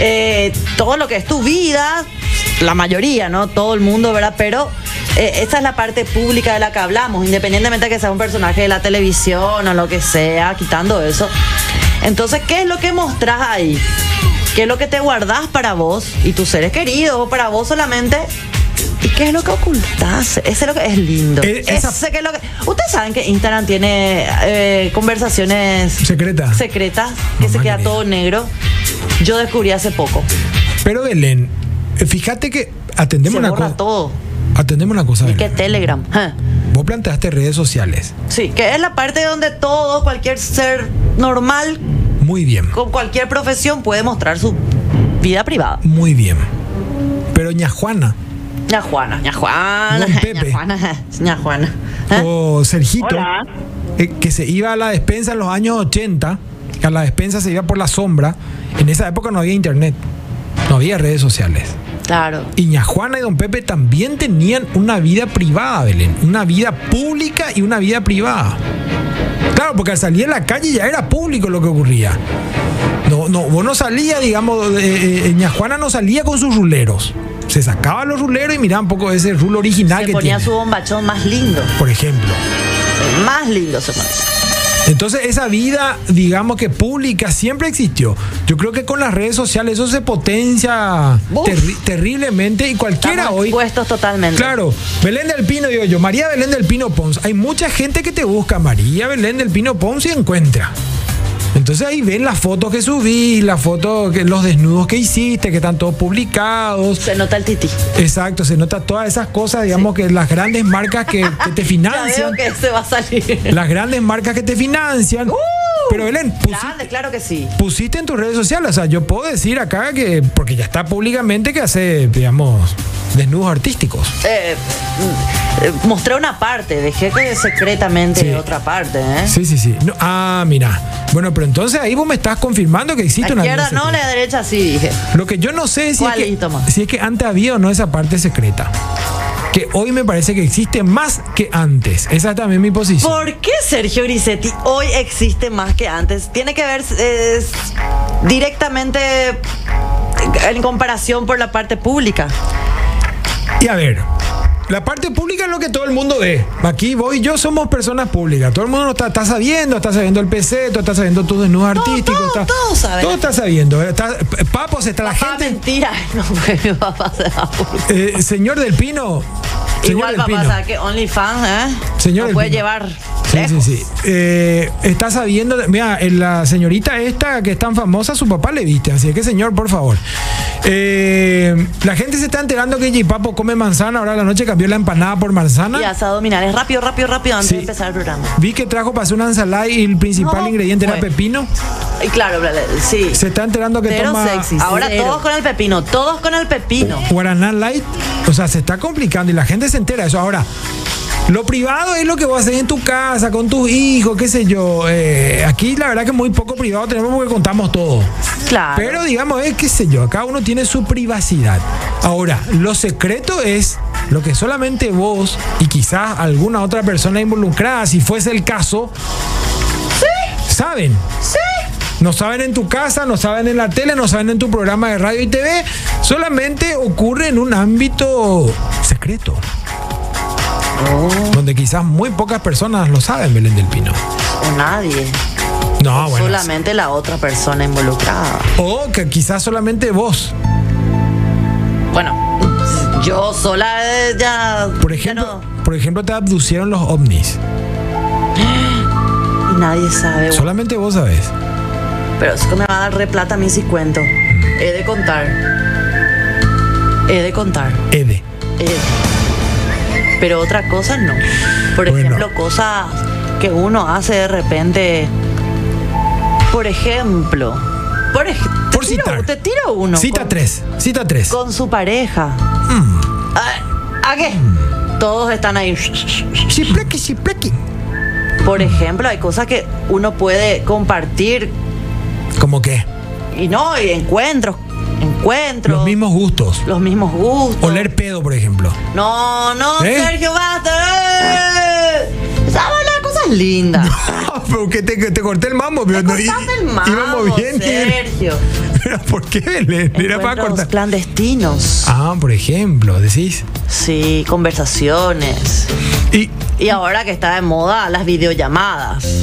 [SPEAKER 2] eh, todo lo que es tu vida, la mayoría, ¿no? Todo el mundo, ¿verdad? Pero eh, esa es la parte pública de la que hablamos, independientemente de que sea un personaje de la televisión o lo que sea, quitando eso. Entonces, ¿qué es lo que mostrás ahí? ¿Qué es lo que te guardás para vos y tus seres queridos o para vos solamente? ¿Y qué es lo que ocultás? Ese es lo que es lindo.
[SPEAKER 1] Eh, esa-
[SPEAKER 2] Ese que es lo que- Ustedes saben que Instagram tiene eh, conversaciones
[SPEAKER 1] secretas
[SPEAKER 2] secretas que se queda todo negro. Yo descubrí hace poco.
[SPEAKER 1] Pero Belén, eh, fíjate que atendemos
[SPEAKER 2] Se
[SPEAKER 1] una
[SPEAKER 2] borra
[SPEAKER 1] cosa.
[SPEAKER 2] todo.
[SPEAKER 1] Atendemos una cosa.
[SPEAKER 2] Y
[SPEAKER 1] Belén.
[SPEAKER 2] que Telegram. ja.
[SPEAKER 1] Vos planteaste redes sociales.
[SPEAKER 2] Sí, que es la parte donde todo, cualquier ser normal,
[SPEAKER 1] Muy bien,
[SPEAKER 2] con cualquier profesión, puede mostrar su vida privada.
[SPEAKER 1] muy bien. Pero ña Juana
[SPEAKER 2] Ña Juana, Ña Juana,
[SPEAKER 1] Don Oh,
[SPEAKER 2] Ña Juana, Ña Juana.
[SPEAKER 1] o Sergito,
[SPEAKER 2] Hola.
[SPEAKER 1] eh, que se iba a la despensa en los años 80, a la despensa se iba por la sombra. En esa época no había internet, no había redes sociales.
[SPEAKER 2] Claro.
[SPEAKER 1] Y ña Juana y don Pepe también tenían una vida privada, Belén. Una vida pública y una vida privada. Claro, porque al salir a la calle ya era público lo que ocurría. No, no, vos no salías, digamos, eh, eh, ña Juana no salía con sus ruleros. Se sacaba los ruleros y miraba un poco ese rulo original
[SPEAKER 2] Se
[SPEAKER 1] que
[SPEAKER 2] ponía
[SPEAKER 1] tiene,
[SPEAKER 2] su bombachón más lindo.
[SPEAKER 1] por ejemplo.
[SPEAKER 2] Más lindo se ponía.
[SPEAKER 1] Entonces esa vida, digamos que pública, siempre existió. Yo creo que con las redes sociales eso se potencia terri- terriblemente y cualquiera hoy...
[SPEAKER 2] Puestos totalmente.
[SPEAKER 1] Claro, Belén del Pino, digo yo, María Belén del Pino Pons. Hay mucha gente que te busca María Belén del Pino Pons y encuentra. Entonces ahí ven las fotos que subís, las fotos, que, los desnudos que hiciste, que están todos publicados.
[SPEAKER 2] Se nota el tití.
[SPEAKER 1] Exacto, se nota todas esas cosas, digamos, que las grandes marcas que, que te
[SPEAKER 2] Ya veo
[SPEAKER 1] financian.
[SPEAKER 2] que se va a salir.
[SPEAKER 1] Las grandes marcas que te financian. Pero Belén, pusiste,
[SPEAKER 2] Grande, claro que sí.
[SPEAKER 1] pusiste en tus redes sociales, o sea, yo puedo decir acá que, porque ya está públicamente que hace, digamos, desnudos artísticos.
[SPEAKER 2] Eh, mm, eh, mostré una parte, dejé que secretamente
[SPEAKER 1] Sí.
[SPEAKER 2] otra parte, ¿eh?
[SPEAKER 1] Sí, sí, sí. No, ah, mira. Bueno, pero entonces ahí vos me estás confirmando que
[SPEAKER 2] La
[SPEAKER 1] existe una
[SPEAKER 2] izquierda
[SPEAKER 1] vida
[SPEAKER 2] no, la derecha sí, dije.
[SPEAKER 1] Lo que yo no sé es si es,
[SPEAKER 2] ¿Cuál
[SPEAKER 1] que,
[SPEAKER 2] es, Tomás?
[SPEAKER 1] si es que antes había o no esa parte secreta. Que hoy me parece que existe más que antes. Esa es también mi posición.
[SPEAKER 2] ¿Por qué Sergio Grisetti hoy existe más que antes? Tiene que ver eh, es directamente eh, en comparación por la parte pública.
[SPEAKER 1] Y a ver, la parte pública es lo que todo el mundo ve. Aquí vos y yo somos personas públicas. Todo el mundo está, está sabiendo, está sabiendo el PC, tú estás sabiendo tus desnudos artísticos. Todo, está,
[SPEAKER 2] todo sabe.
[SPEAKER 1] Todo está sabiendo. Está- papos, está la gente.
[SPEAKER 2] Ah, Mentira, no fue mi papá. se va a burlar.
[SPEAKER 1] Eh, señor del Pino. señor
[SPEAKER 2] Igual
[SPEAKER 1] del
[SPEAKER 2] papá,
[SPEAKER 1] Pino.
[SPEAKER 2] ¿sabes que OnlyFans, ¿eh?
[SPEAKER 1] Señor
[SPEAKER 2] Lo
[SPEAKER 1] del
[SPEAKER 2] puede
[SPEAKER 1] Pino.
[SPEAKER 2] llevar.
[SPEAKER 1] Sí, sí, sí. Eh, está sabiendo. Mira, en la señorita esta que es tan famosa, su papá le viste. Así que, señor, por favor. Eh, la gente se está enterando que Jipapo come manzana. Ahora a la noche cambió la empanada por manzana.
[SPEAKER 2] Y hace abdominales rápido, rápido, rápido antes de empezar el programa.
[SPEAKER 1] Vi que trajo para hacer una ensalada y el principal
[SPEAKER 2] No,
[SPEAKER 1] ingrediente era
[SPEAKER 2] bueno.
[SPEAKER 1] pepino.
[SPEAKER 2] Y claro, bla, bla, sí.
[SPEAKER 1] Se está enterando que
[SPEAKER 2] Pero
[SPEAKER 1] toma
[SPEAKER 2] sexy. Ahora todos con el pepino, todos con el pepino.
[SPEAKER 1] guaraná light. O sea, se está complicando y la gente se entera de eso. Ahora, lo privado es lo que vos haces en tu casa, con tus hijos, qué sé yo. Eh, aquí la verdad que muy poco privado tenemos porque contamos todo.
[SPEAKER 2] Claro.
[SPEAKER 1] Pero digamos, es qué sé yo, cada uno tiene su privacidad. Ahora, lo secreto es lo que solamente vos y quizás alguna otra persona involucrada, si fuese el caso, saben. No saben en tu casa, no saben en la tele, no saben en tu programa de radio y TV. Solamente ocurre en un ámbito secreto. Donde quizás muy pocas personas lo saben, Belén del Pino.
[SPEAKER 2] O nadie.
[SPEAKER 1] No, bueno.
[SPEAKER 2] Solamente la otra persona involucrada.
[SPEAKER 1] O que quizás solamente vos.
[SPEAKER 2] Bueno, yo sola eh, ya.
[SPEAKER 1] Por ejemplo, por ejemplo te abducieron los ovnis.
[SPEAKER 2] Y nadie sabe. güey.
[SPEAKER 1] Solamente vos sabés.
[SPEAKER 2] Pero eso que me va a dar re plata a mí si cuento. He de contar. He de contar.
[SPEAKER 1] Ede.
[SPEAKER 2] Eh, pero otra cosa no. Por ejemplo, cosas que uno hace de repente. Por ejemplo. Por, ej- te, tiro, te tiro uno.
[SPEAKER 1] Cita
[SPEAKER 2] con-
[SPEAKER 1] tres. Mm. Cita tres.
[SPEAKER 2] Con su pareja. Ah, ¿A qué? Todos están ahí. Por ejemplo, hay cosas que uno puede compartir
[SPEAKER 1] ¿Cómo qué?
[SPEAKER 2] y no, y encuentros. Encuentros. Los
[SPEAKER 1] mismos gustos.
[SPEAKER 2] Los mismos gustos.
[SPEAKER 1] Oler pedo, por ejemplo.
[SPEAKER 2] No, no,
[SPEAKER 1] ¿Eh?
[SPEAKER 2] Sergio, basta. eh. Estamos hablando de cosas lindas.
[SPEAKER 1] Ah, pero que te, que te corté el mambo, pero no,
[SPEAKER 2] Cortaste el mambo,
[SPEAKER 1] íbamos bien. y-
[SPEAKER 2] Sergio.
[SPEAKER 1] Pero ¿por qué, Belén? Era para
[SPEAKER 2] Encuentros
[SPEAKER 1] cortar.
[SPEAKER 2] clandestinos.
[SPEAKER 1] Ah, por ejemplo, decís.
[SPEAKER 2] Sí, conversaciones.
[SPEAKER 1] Y,
[SPEAKER 2] ahora que está de moda las videollamadas.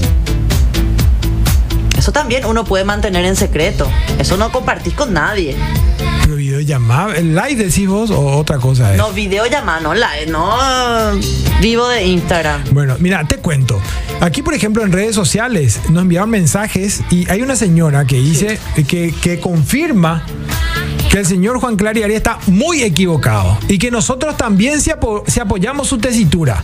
[SPEAKER 2] Eso también uno puede mantener en secreto. Eso no compartís con nadie.
[SPEAKER 1] Pero videollamada, el live decís vos o otra cosa es.
[SPEAKER 2] No, videollamada, no live, no vivo de Instagram.
[SPEAKER 1] Bueno, mira, te cuento. Aquí, por ejemplo, en redes sociales nos enviaron mensajes y hay una señora que dice que, que confirma que el señor Juan Clary Arias está muy equivocado y que nosotros también se, apo- se apoyamos su tesitura.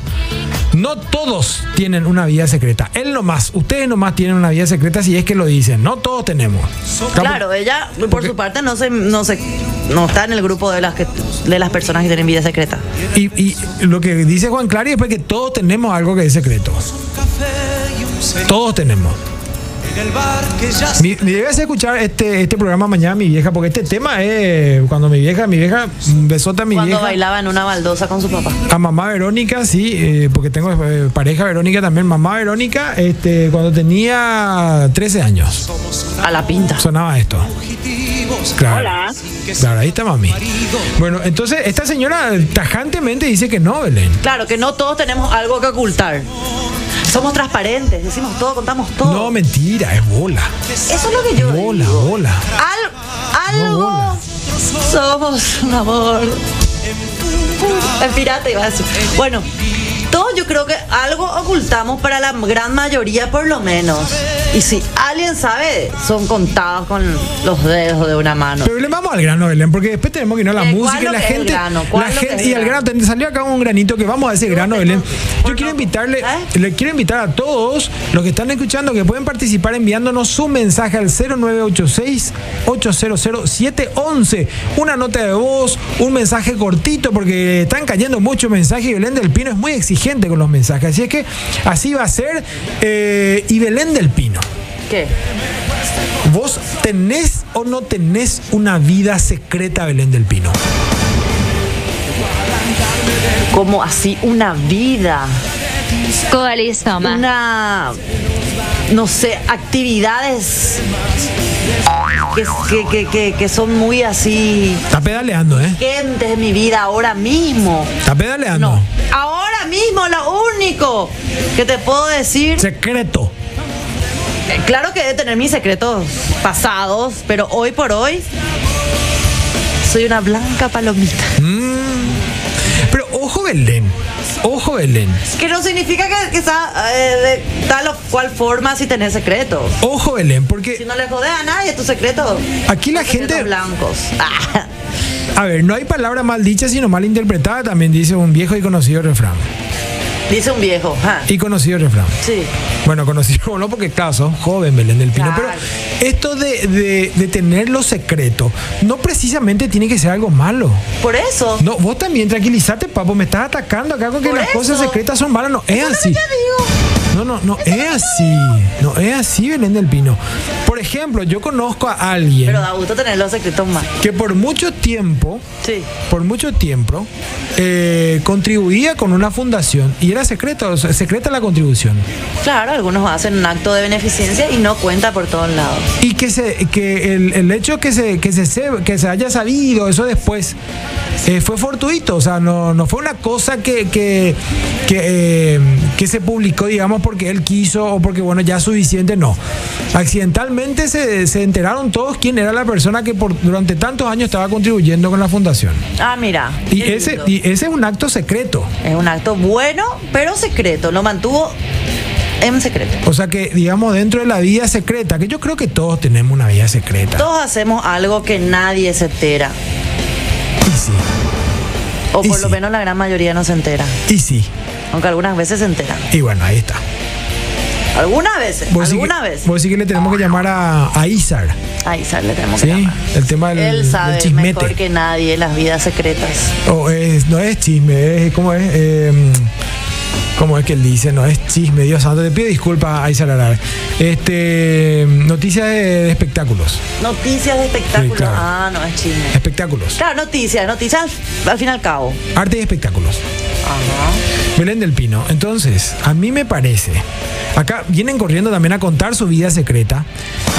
[SPEAKER 1] No todos tienen una vida secreta. Él nomás, ustedes nomás tienen una vida secreta si es que lo dicen. No todos tenemos.
[SPEAKER 2] Claro, ella por su parte no se, no se, no está en el grupo de las que, de las personas que tienen vida secreta.
[SPEAKER 1] Y, y lo que dice Juan Clary es pues que todos tenemos algo que es secreto. Todos tenemos. Mi, mi idea es escuchar este, este programa mañana, mi vieja, porque este tema es cuando mi vieja, mi vieja, un besote a mi
[SPEAKER 2] Cuando
[SPEAKER 1] vieja.
[SPEAKER 2] bailaba en una baldosa con su papá.
[SPEAKER 1] A mamá Verónica, sí, eh, porque tengo eh, pareja Verónica también. Mamá Verónica, este, cuando tenía 13 años.
[SPEAKER 2] A la pinta.
[SPEAKER 1] Sonaba esto. Claro. Claro, ahí está mami. Bueno, entonces esta señora tajantemente dice que no, Belén.
[SPEAKER 2] Claro, que no todos tenemos algo que ocultar. Somos transparentes, decimos todo, contamos todo.
[SPEAKER 1] No, mentira, es bola.
[SPEAKER 2] Eso es lo que yo
[SPEAKER 1] Bola, bola.
[SPEAKER 2] Al- algo. somos un amor. Pum, El pirata iba a decir. Bueno, todos yo creo que algo ocultamos para la gran mayoría por lo menos. Y si alguien sabe, son contados con los dedos de una mano.
[SPEAKER 1] Pero le vamos al grano, Belén, porque después tenemos que ir a la
[SPEAKER 2] Eh, ¿cuál
[SPEAKER 1] música y
[SPEAKER 2] lo
[SPEAKER 1] la
[SPEAKER 2] que es el
[SPEAKER 1] gente.
[SPEAKER 2] grano? ¿Cuál
[SPEAKER 1] La
[SPEAKER 2] lo que es
[SPEAKER 1] gente
[SPEAKER 2] el
[SPEAKER 1] y al grano. Te salió acá un granito que vamos a ese grano, Belén. Yo quiero invitarle,
[SPEAKER 2] ¿Eh?
[SPEAKER 1] le quiero invitar a todos los que están escuchando que pueden participar enviándonos su mensaje al 0986-800-711. Una nota de voz, un mensaje cortito, porque están cayendo muchos mensajes y Belén del Pino es muy exigente con los mensajes. Así es que así va a ser. eh, y Belén del Pino.
[SPEAKER 2] ¿Qué?
[SPEAKER 1] ¿Vos tenés o no tenés una vida secreta, Belén del Pino?
[SPEAKER 2] Como así una vida.
[SPEAKER 13] ¿Cuál es, Toma?
[SPEAKER 2] Una, no sé, actividades que, que- que- que- que son muy así...
[SPEAKER 1] Está pedaleando, ¿eh?
[SPEAKER 2] Gente de mi vida ahora mismo.
[SPEAKER 1] Está pedaleando.
[SPEAKER 2] Ahora mismo lo único que te puedo decir. eh,
[SPEAKER 1] Secreto.
[SPEAKER 2] Claro que he de tener mis secretos pasados, pero hoy por hoy soy una blanca palomita.
[SPEAKER 1] Pero ojo, Belén. Ojo, Belén.
[SPEAKER 2] Que no significa que, que sea eh, de tal o cual forma si tenés secretos.
[SPEAKER 1] Ojo, Belén, porque
[SPEAKER 2] Si no le jodes a nadie tu secreto.
[SPEAKER 1] Aquí la
[SPEAKER 2] gente. blancos. Ah,
[SPEAKER 1] A ver, no hay palabra mal dicha, sino mal interpretada, también dice un viejo y conocido refrán.
[SPEAKER 2] dice un viejo. ah.
[SPEAKER 1] Y conocido refrán.
[SPEAKER 2] Sí.
[SPEAKER 1] Bueno, conocido o no, porque claro, sos joven, Belén del Pino.
[SPEAKER 2] Claro.
[SPEAKER 1] Pero esto de, de- de tener lo secreto, no precisamente tiene que ser algo malo.
[SPEAKER 2] Por eso.
[SPEAKER 1] No, vos también tranquilízate, papo. Me estás atacando acá con que
[SPEAKER 2] Por
[SPEAKER 1] las cosas
[SPEAKER 2] eso.
[SPEAKER 1] secretas son malas. No, es así. No, no, no, es así. No, es así, Belén del Pino. Por ejemplo, yo conozco a alguien
[SPEAKER 2] Pero da gusto tener los secretos más.
[SPEAKER 1] que por mucho tiempo, por mucho tiempo, eh, contribuía con una fundación y era secreta, o sea, secreta la contribución.
[SPEAKER 2] Claro, algunos hacen un acto de beneficencia y no cuenta por todos lados.
[SPEAKER 1] Y que se, que el, el hecho que se, que se se- que se haya sabido eso después eh, fue fortuito, o sea, no, no fue una cosa que que, que, eh, que se publicó, digamos, porque él quiso o porque bueno ya es suficiente, no. Accidentalmente se, se enteraron todos quién era la persona que por, durante tantos años estaba contribuyendo con la fundación.
[SPEAKER 2] Ah, mira.
[SPEAKER 1] Y
[SPEAKER 2] qué
[SPEAKER 1] ese,
[SPEAKER 2] lindo.
[SPEAKER 1] y ese es un acto secreto.
[SPEAKER 2] Es un acto bueno, pero secreto. Lo mantuvo en secreto.
[SPEAKER 1] O sea que, digamos, dentro de la vida secreta, que yo creo que todos tenemos una vida secreta.
[SPEAKER 2] Todos hacemos algo que nadie se entera.
[SPEAKER 1] Y sí.
[SPEAKER 2] O por lo menos la gran mayoría no se entera.
[SPEAKER 1] Y sí.
[SPEAKER 2] Aunque algunas veces se enteran.
[SPEAKER 1] Y bueno, ahí está.
[SPEAKER 2] Algunas veces.
[SPEAKER 1] Vos sí que-
[SPEAKER 2] algunas veces.
[SPEAKER 1] Vos sí que le tenemos que llamar a, a Izar.
[SPEAKER 2] A Izar le tenemos
[SPEAKER 1] que llamar. El tema del,
[SPEAKER 2] Él
[SPEAKER 1] del
[SPEAKER 2] sabe
[SPEAKER 1] chismete.
[SPEAKER 2] mejor que nadie las vidas secretas.
[SPEAKER 1] O es- no es chisme, es, ¿cómo es? Eh, ¿Cómo es que él dice? No es chisme, Dios santo. Te pido disculpas a Izar Arar. Este, noticias de, de espectáculos.
[SPEAKER 2] Noticias de espectáculos.
[SPEAKER 1] claro.
[SPEAKER 2] Ah, no, es chisme.
[SPEAKER 1] Espectáculos.
[SPEAKER 2] Claro, noticias, noticias al, al fin y al cabo.
[SPEAKER 1] Arte y espectáculos. Belén del Pino. Entonces, a mí me parece. Acá vienen corriendo también a contar su vida secreta.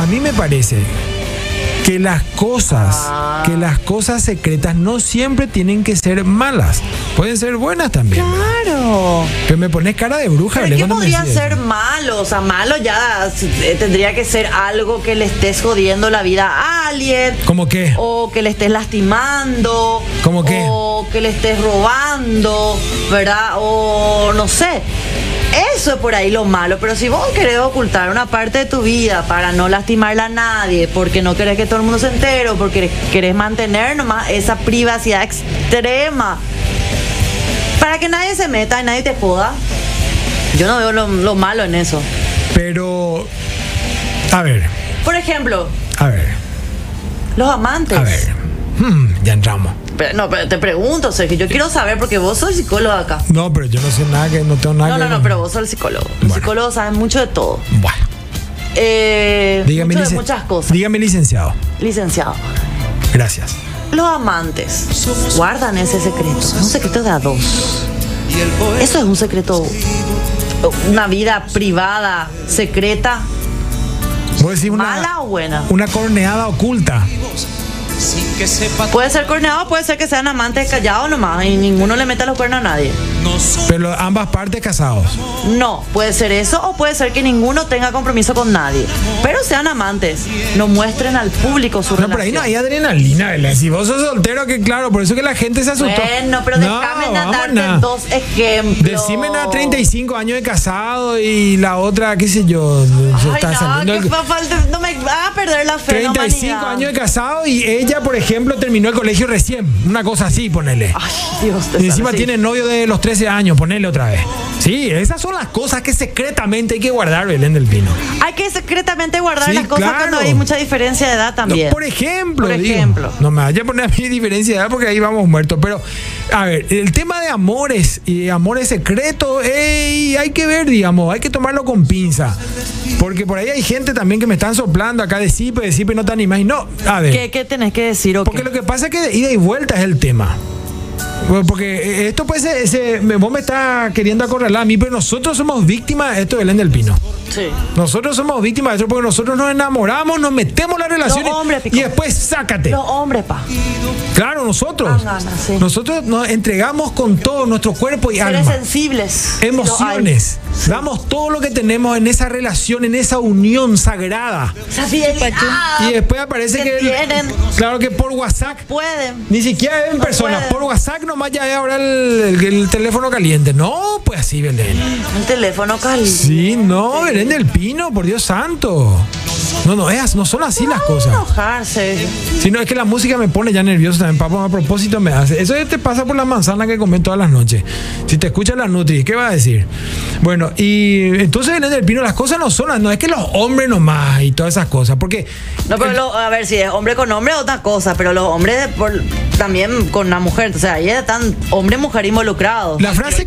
[SPEAKER 1] A mí me parece que las cosas, que las cosas secretas no siempre tienen que ser malas. Pueden ser buenas también.
[SPEAKER 2] Claro.
[SPEAKER 1] Pero me pones cara de bruja,
[SPEAKER 2] ¿Pero
[SPEAKER 1] Belén,
[SPEAKER 2] qué
[SPEAKER 1] cuando me
[SPEAKER 2] podría
[SPEAKER 1] decís
[SPEAKER 2] ser
[SPEAKER 1] eso.
[SPEAKER 2] malo? O sea, malo ya eh, tendría que ser algo que le estés jodiendo la vida a alguien.
[SPEAKER 1] ¿Cómo qué?
[SPEAKER 2] O que le estés lastimando.
[SPEAKER 1] ¿Cómo qué?
[SPEAKER 2] O que le estés robando, ¿verdad? O no sé. Eso es por ahí lo malo, pero si vos querés ocultar una parte de tu vida para no lastimarla a nadie, porque no querés que todo el mundo se entere, o porque querés mantener nomás esa privacidad extrema, para que nadie se meta y nadie te joda, yo no veo lo, lo malo en eso.
[SPEAKER 1] Pero, a ver,
[SPEAKER 2] Por ejemplo,
[SPEAKER 1] a ver,
[SPEAKER 2] los amantes.
[SPEAKER 1] a ver. Hmm, ya entramos.
[SPEAKER 2] Pero, no, pero te pregunto, Sergio, yo quiero saber porque vos sos psicólogo acá.
[SPEAKER 1] No, pero yo no sé nada que no tengo nada
[SPEAKER 2] No,
[SPEAKER 1] que
[SPEAKER 2] no, no, pero vos sos el psicólogo. Los psicólogos saben mucho de todo.
[SPEAKER 1] Bueno.
[SPEAKER 2] Eh,
[SPEAKER 1] Dígame,
[SPEAKER 2] mucho de
[SPEAKER 1] licen-
[SPEAKER 2] muchas cosas.
[SPEAKER 1] dígame licenciado.
[SPEAKER 2] Licenciado.
[SPEAKER 1] Gracias.
[SPEAKER 2] Los amantes guardan ese secreto. Es un secreto de a dos. Eso es un secreto. Una vida privada, secreta.
[SPEAKER 1] Vos decís una,
[SPEAKER 2] ¿Mala o buena?
[SPEAKER 1] Una corneada oculta.
[SPEAKER 2] Puede ser corneado, puede ser que sean amantes callados nomás y ninguno le meta los cuernos a nadie.
[SPEAKER 1] Pero ambas partes casados.
[SPEAKER 2] No, puede ser eso o puede ser que ninguno tenga compromiso con nadie. Pero sean amantes, no muestren al público su
[SPEAKER 1] No, por ahí no hay adrenalina, ¿verdad? Si vos sos soltero, que claro, por eso que la gente se asustó.
[SPEAKER 2] Bueno, pero
[SPEAKER 1] No,
[SPEAKER 2] déjame
[SPEAKER 1] vamos
[SPEAKER 2] darte
[SPEAKER 1] na.
[SPEAKER 2] dos ejemplos.
[SPEAKER 1] Decime a 35 años de casado y la otra, qué sé yo, se
[SPEAKER 2] Ay,
[SPEAKER 1] está
[SPEAKER 2] no,
[SPEAKER 1] saliendo
[SPEAKER 2] que
[SPEAKER 1] el-
[SPEAKER 2] fa- falta- no me va a perder la fe. la
[SPEAKER 1] 35
[SPEAKER 2] humanidad.
[SPEAKER 1] años de casado y ella, por ejemplo, terminó el colegio recién. Una cosa así, ponele. y encima
[SPEAKER 2] salve, Ah, sí.
[SPEAKER 1] tiene novio de los 13 años, ponele otra vez. Sí, esas son las cosas que secretamente hay que guardar, Belén del Pino.
[SPEAKER 2] Hay que secretamente guardar
[SPEAKER 1] Sí,
[SPEAKER 2] las cosas
[SPEAKER 1] claro.
[SPEAKER 2] cuando hay mucha diferencia de edad también.
[SPEAKER 1] No, por ejemplo,
[SPEAKER 2] Por
[SPEAKER 1] digo.
[SPEAKER 2] ejemplo.
[SPEAKER 1] no me vaya a poner a mí diferencia de edad porque ahí vamos muertos. Pero, a ver, el tema de amores y amores secretos, ey, hay que ver, digamos, hay que tomarlo con pinza. Porque por ahí hay gente también que me están soplando acá de Cipe, de Cipe no te animás. Y No, a ver.
[SPEAKER 2] ¿Qué, qué tenés que decir? o
[SPEAKER 1] Porque
[SPEAKER 2] qué?
[SPEAKER 1] lo que pasa es que de ida y vuelta es el tema. Bueno, Porque esto pues se- se- me- vos me estás queriendo acorralar a mí, pero nosotros somos víctimas de esto de Belén del Pino.
[SPEAKER 2] Sí.
[SPEAKER 1] Nosotros somos víctimas de esto porque nosotros nos enamoramos, nos metemos en las relaciones
[SPEAKER 2] hombres, Pico.
[SPEAKER 1] y después sácate.
[SPEAKER 2] Los hombres, pa.
[SPEAKER 1] Claro, nosotros.
[SPEAKER 2] Pangana, sí.
[SPEAKER 1] Nosotros nos entregamos con todo nuestro cuerpo y
[SPEAKER 2] Seres
[SPEAKER 1] alma.
[SPEAKER 2] sensibles.
[SPEAKER 1] Emociones. Damos todo lo que tenemos en esa relación, en esa unión sagrada.
[SPEAKER 2] Esa fidelidad
[SPEAKER 1] Y después aparece que,
[SPEAKER 2] que tienen.
[SPEAKER 1] claro que por WhatsApp
[SPEAKER 2] Pueden.
[SPEAKER 1] ni siquiera en persona,
[SPEAKER 2] pueden.
[SPEAKER 1] por WhatsApp nomás ya es ahora el, el- el teléfono caliente. No, pues así, Belén.
[SPEAKER 2] Un teléfono caliente.
[SPEAKER 1] Sí, no, Belén del Pino, por Dios santo. No, no, es, no son así las cosas.
[SPEAKER 2] Enojarse.
[SPEAKER 1] Si no, es que la música me pone ya nervioso también, papo. A propósito me hace. Eso te pasa por la manzana que comen todas las noches. Si te escuchas la Nutri, ¿qué vas a decir? Bueno, y entonces Belén del Pino, las cosas no son, no es que los hombres nomás y todas esas cosas, porque
[SPEAKER 2] No, pero lo- a ver, si es hombre con hombre es otra cosa, pero los hombres de- por- también con la mujer. O sea, ahí están hombre-mujer involucrados.
[SPEAKER 1] La frase.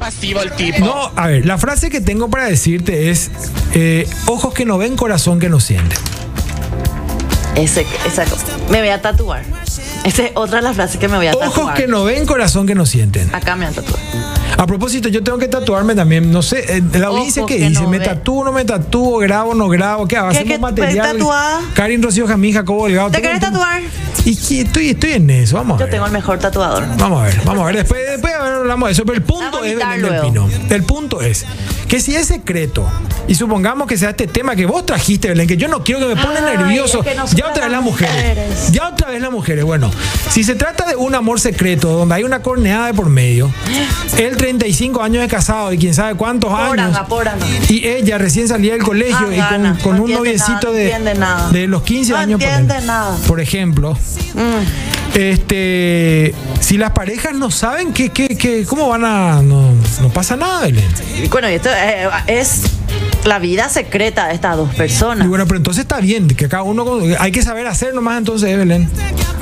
[SPEAKER 1] No, a ver, la frase que tengo para decirte es: eh, ojos que no ven, corazón que no siente.
[SPEAKER 2] Ese, esa cosa. Me voy a tatuar. Esa es otra de las frases que me voy a tatuar.
[SPEAKER 1] Ojos que no ven, corazón que no sienten.
[SPEAKER 2] Acá me han tatuado.
[SPEAKER 1] A propósito, yo tengo que tatuarme también. No sé, eh, la audiencia
[SPEAKER 2] Ojos
[SPEAKER 1] que
[SPEAKER 2] que
[SPEAKER 1] dice:
[SPEAKER 2] no
[SPEAKER 1] ¿me
[SPEAKER 2] ven.
[SPEAKER 1] tatúo, no me tatúo, grabo, no grabo? ¿Qué hago?
[SPEAKER 2] ¿Qué-
[SPEAKER 1] ¿Hacemos
[SPEAKER 2] qué-
[SPEAKER 1] material?
[SPEAKER 2] tatuada?
[SPEAKER 1] Karin Rocío Jamín, Jacobo Delgado.
[SPEAKER 2] ¿Te
[SPEAKER 1] tengo-
[SPEAKER 2] querés tatuar?
[SPEAKER 1] Y que estoy, estoy en eso, vamos a
[SPEAKER 2] Yo
[SPEAKER 1] ver.
[SPEAKER 2] tengo el mejor tatuador.
[SPEAKER 1] Vamos a ver, vamos a ver. Después, después hablamos de eso. Pero el punto
[SPEAKER 2] Vamos a
[SPEAKER 1] es,
[SPEAKER 2] invitar
[SPEAKER 1] Belén del
[SPEAKER 2] luego.
[SPEAKER 1] Pino. El punto es que si es secreto, y supongamos que sea este tema que vos trajiste, Belén, que yo no quiero que me pone
[SPEAKER 2] Ay,
[SPEAKER 1] nervioso.
[SPEAKER 2] es que nosotras
[SPEAKER 1] ya otra vez las
[SPEAKER 2] las
[SPEAKER 1] mujeres.
[SPEAKER 2] mujeres.
[SPEAKER 1] Ya otra vez las mujeres. Bueno, si se trata de un amor secreto, donde hay una corneada de por medio, él 35 años de casado y quién sabe cuántos años.
[SPEAKER 2] Poranga, poranga.
[SPEAKER 1] Y ella recién salía del colegio
[SPEAKER 2] Ah,
[SPEAKER 1] y con,
[SPEAKER 2] gana.
[SPEAKER 1] con
[SPEAKER 2] No
[SPEAKER 1] un
[SPEAKER 2] entiende
[SPEAKER 1] noviecito
[SPEAKER 2] nada, no entiende nada.
[SPEAKER 1] de, de los 15
[SPEAKER 2] No
[SPEAKER 1] años. ponele.
[SPEAKER 2] entiende nada. Mm.
[SPEAKER 1] Por ejemplo, este, si las parejas no saben que, que, que- cómo van a, no, no pasa nada, Belén.
[SPEAKER 2] Y Bueno, y esto eh, es la vida secreta de estas dos personas.
[SPEAKER 1] Y bueno, pero entonces está bien, que cada uno, con- hay que saber hacer nomás entonces, ¿eh, Belén.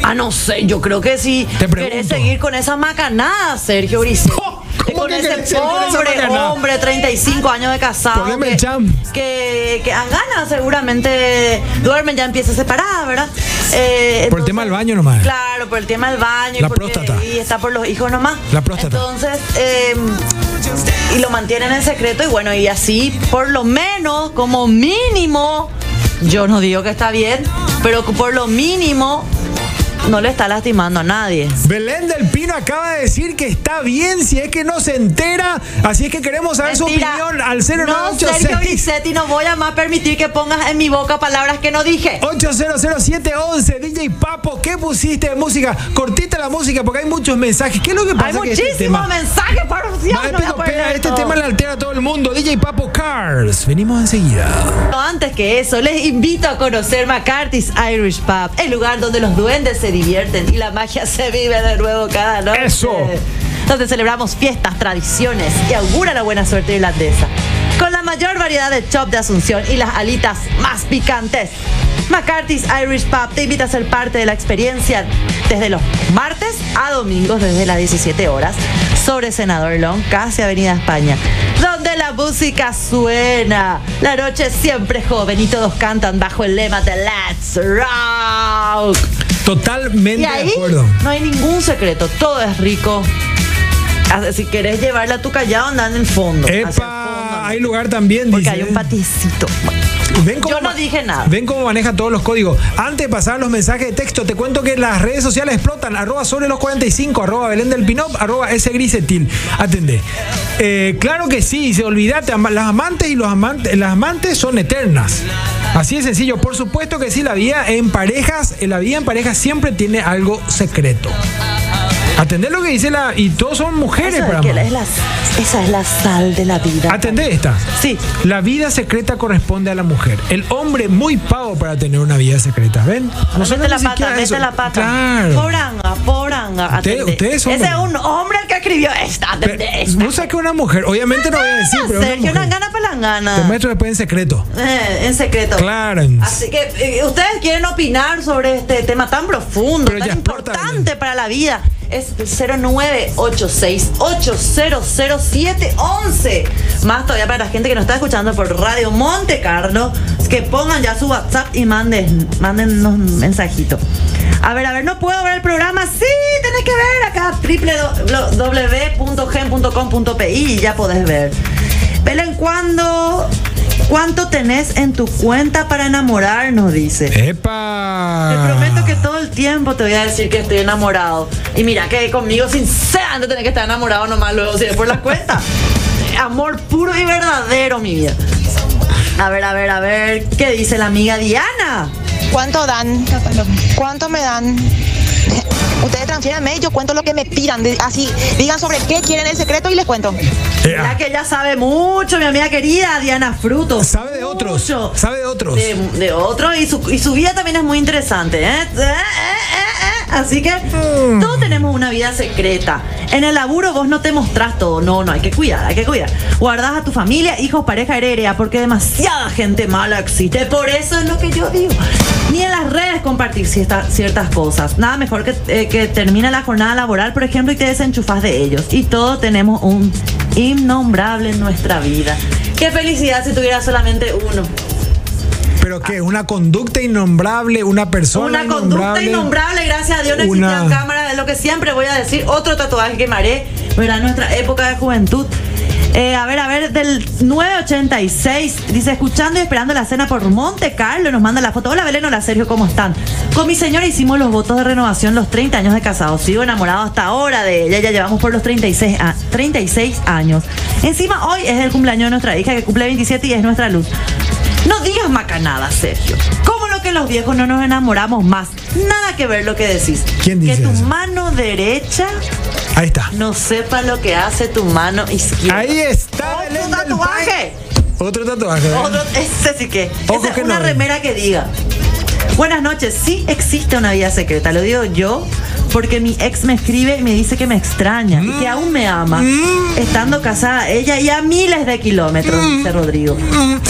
[SPEAKER 2] Ah, no sé, yo creo que si
[SPEAKER 1] Te pregunto.
[SPEAKER 2] querés seguir con esa macanada, Sergio Brice. Con
[SPEAKER 1] que
[SPEAKER 2] ese
[SPEAKER 1] querés seguir con esa
[SPEAKER 2] pobre
[SPEAKER 1] macanada? Ah,
[SPEAKER 2] hombre, 35 años de casado.
[SPEAKER 1] Poneme el
[SPEAKER 2] que,
[SPEAKER 1] cham.
[SPEAKER 2] que, que angana seguramente duermen, ya empieza a separar, ¿verdad? Eh,
[SPEAKER 1] Por el tema del baño nomás.
[SPEAKER 2] Claro, por el tema del baño. y
[SPEAKER 1] La
[SPEAKER 2] porque-
[SPEAKER 1] próstata.
[SPEAKER 2] Y está por los hijos nomás.
[SPEAKER 1] La próstata.
[SPEAKER 2] Entonces, eh, y lo mantienen en secreto y bueno, y así, por lo menos, como mínimo, yo no digo que está bien, pero por lo mínimo, no le está lastimando a nadie.
[SPEAKER 1] Belén del Pino acaba de decir que está bien si es que no se entera, así es que queremos saber
[SPEAKER 2] Mentira.
[SPEAKER 1] su opinión al
[SPEAKER 2] No, Sergio
[SPEAKER 1] 0986.
[SPEAKER 2] Grisetti, no voy a más permitir que pongas en mi boca palabras que no dije.
[SPEAKER 1] 8000711 DJ Papo, ¿qué pusiste de música? Cortita la música porque hay muchos mensajes. ¿Qué es lo que pasa?
[SPEAKER 2] Hay
[SPEAKER 1] que este
[SPEAKER 2] muchísimos
[SPEAKER 1] tema-
[SPEAKER 2] mensajes para Dios,
[SPEAKER 1] Maestro
[SPEAKER 2] no voy a poder
[SPEAKER 1] Pena,
[SPEAKER 2] leer
[SPEAKER 1] este
[SPEAKER 2] todo.
[SPEAKER 1] tema le altera a todo el mundo. DJ Papo Cars. Venimos enseguida.
[SPEAKER 2] Pero Antes que eso, les invito a conocer McCarthy's Irish Pub, el lugar donde los duendes se divierten y la magia se vive de nuevo cada noche.
[SPEAKER 1] Eso.
[SPEAKER 2] Donde celebramos fiestas, tradiciones y augura la buena suerte irlandesa. Con la mayor variedad de chop de Asunción y las alitas más picantes. McCarthy's Irish Pub te invita a ser parte de la experiencia desde los martes a domingos desde las 17 horas sobre Senador Long, casi Avenida España, donde la música suena. La noche siempre es joven y todos cantan bajo el lema de Let's Rock.
[SPEAKER 1] Totalmente
[SPEAKER 2] Y
[SPEAKER 1] de
[SPEAKER 2] ahí
[SPEAKER 1] acuerdo.
[SPEAKER 2] no hay ningún secreto, todo es rico. Ah, Si querés llevarla a tu callado, anda en el fondo. hacia el fondo,
[SPEAKER 1] Epa, hay lugar también.
[SPEAKER 2] Porque hay un paticito.
[SPEAKER 1] Ven cómo
[SPEAKER 2] Yo no
[SPEAKER 1] ma-
[SPEAKER 2] dije nada.
[SPEAKER 1] Ven cómo maneja todos los códigos. Antes de pasar los mensajes de texto, te cuento que las redes sociales explotan. Arroba sobre los 45, arroba Belén del Pinop, arroba ese grisetil. Atendé. Eh, claro que sí, se olvidate. ama- Las amantes y los amantes, las amantes son eternas. Así de sencillo. Por supuesto que sí, la vida en parejas, eh, la vida en parejas siempre tiene algo secreto. Atendé lo que dice la. Y todos son mujeres,
[SPEAKER 2] Eso es
[SPEAKER 1] para
[SPEAKER 2] que
[SPEAKER 1] amar.
[SPEAKER 2] la- es la- esa es la sal de la vida.
[SPEAKER 1] Atendé esta. Sí. La vida secreta corresponde a la mujer. El hombre muy pavo para tener una vida secreta. ¿Ven?
[SPEAKER 2] Ah, Mete
[SPEAKER 1] Nosotros
[SPEAKER 2] la
[SPEAKER 1] ni
[SPEAKER 2] pata,
[SPEAKER 1] siquiera
[SPEAKER 2] mete
[SPEAKER 1] eso-
[SPEAKER 2] la pata.
[SPEAKER 1] Claro.
[SPEAKER 2] Poranga, poranga.
[SPEAKER 1] Ustedes-
[SPEAKER 2] atendé.
[SPEAKER 1] ustedes son-
[SPEAKER 2] Ese es un hombre el que escribió esta. atendé esta.
[SPEAKER 1] No que una mujer. Obviamente no voy a decir, pero una
[SPEAKER 2] Ah, Sergio,
[SPEAKER 1] mujer.
[SPEAKER 2] una gana para la gana.
[SPEAKER 1] Te muestro después en secreto.
[SPEAKER 2] Eh, en secreto.
[SPEAKER 1] Claro.
[SPEAKER 2] Así que eh, ustedes quieren opinar sobre este tema tan profundo, tan importante para la vida. Es 0986800711. Más todavía para la gente que nos está escuchando por Radio Monte Carlo, que pongan ya su WhatsApp y manden, mándennos un mensajito. A ver, a ver, no puedo ver el programa. Sí, tenés que ver acá www.gen.com.pi y ya podés ver. Belén, ¿cuándo, ¿cuánto tenés en tu cuenta para enamorarnos? Dice.
[SPEAKER 1] ¡Epa!
[SPEAKER 2] Te prometo que todo el tiempo te voy a decir que estoy enamorado. Y mira que conmigo sinceramente tenés que estar enamorado nomás luego, si es por la cuenta. Amor puro y verdadero, mi vida. A ver, a ver, a ver, ¿qué dice la amiga Diana?
[SPEAKER 14] ¿Cuánto dan? ¿Cuánto me dan? Ustedes transfieranme, yo cuento lo que me pidan. de- Así, digan sobre qué quieren el secreto y les cuento.
[SPEAKER 1] Eh, ah,
[SPEAKER 2] Ya que ella sabe mucho, mi amiga querida Diana Fruto.
[SPEAKER 1] Sabe de otros. Sabe de otros.
[SPEAKER 2] De, de otros y su, y su vida también es muy interesante. ¿eh? Eh, eh, eh, eh. Así que todos tenemos una vida secreta. En el laburo vos no te mostrás todo. No, no, hay que cuidar, hay que cuidar. Guardás a tu familia, hijos, pareja, heredera, porque demasiada gente mala existe. Por eso es lo que yo digo. Ni en las redes compartir cierta- ciertas cosas. Nada mejor que, eh, que termina la jornada laboral, por ejemplo, y te desenchufás de ellos. Y todos tenemos un innombrable en nuestra vida. Qué felicidad si tuviera solamente uno.
[SPEAKER 1] Pero que una conducta innombrable, una persona.
[SPEAKER 2] Una conducta innombrable, gracias a Dios no existían
[SPEAKER 1] Una-
[SPEAKER 2] cámaras, es lo que siempre voy a decir. Otro tatuaje que me haré, verá nuestra época de juventud. Eh, a ver, a ver, del 986, dice, escuchando y esperando la cena por Monte Carlo, nos manda la foto. Hola Belén, hola Sergio, ¿cómo están? Con mi señora hicimos los votos de renovación los 30 años de casados. Sigo enamorado hasta ahora de ella, ya llevamos por los 36, a- 36 años. Encima, hoy es el cumpleaños de nuestra hija que cumple 27 y es nuestra luz. No digas macanadas, Sergio. ¿Cómo lo que los viejos no nos enamoramos más? Nada que ver lo que decís.
[SPEAKER 1] ¿Quién
[SPEAKER 2] dice? Que tu mano derecha
[SPEAKER 1] Ahí está.
[SPEAKER 2] no sepa lo que hace tu mano izquierda.
[SPEAKER 1] Ahí está.
[SPEAKER 2] Otro tatuaje.
[SPEAKER 1] Otro tatuaje. ¿eh?
[SPEAKER 2] Otro, ese sí que.
[SPEAKER 1] Ojo
[SPEAKER 2] esa es
[SPEAKER 1] que
[SPEAKER 2] una
[SPEAKER 1] no.
[SPEAKER 2] remera que diga. Buenas noches, sí existe una vida secreta, lo digo yo, porque mi ex me escribe y me dice que me extraña y que
[SPEAKER 1] Mm.
[SPEAKER 2] aún me ama, estando casada a ella y a miles de kilómetros, dice Rodrigo.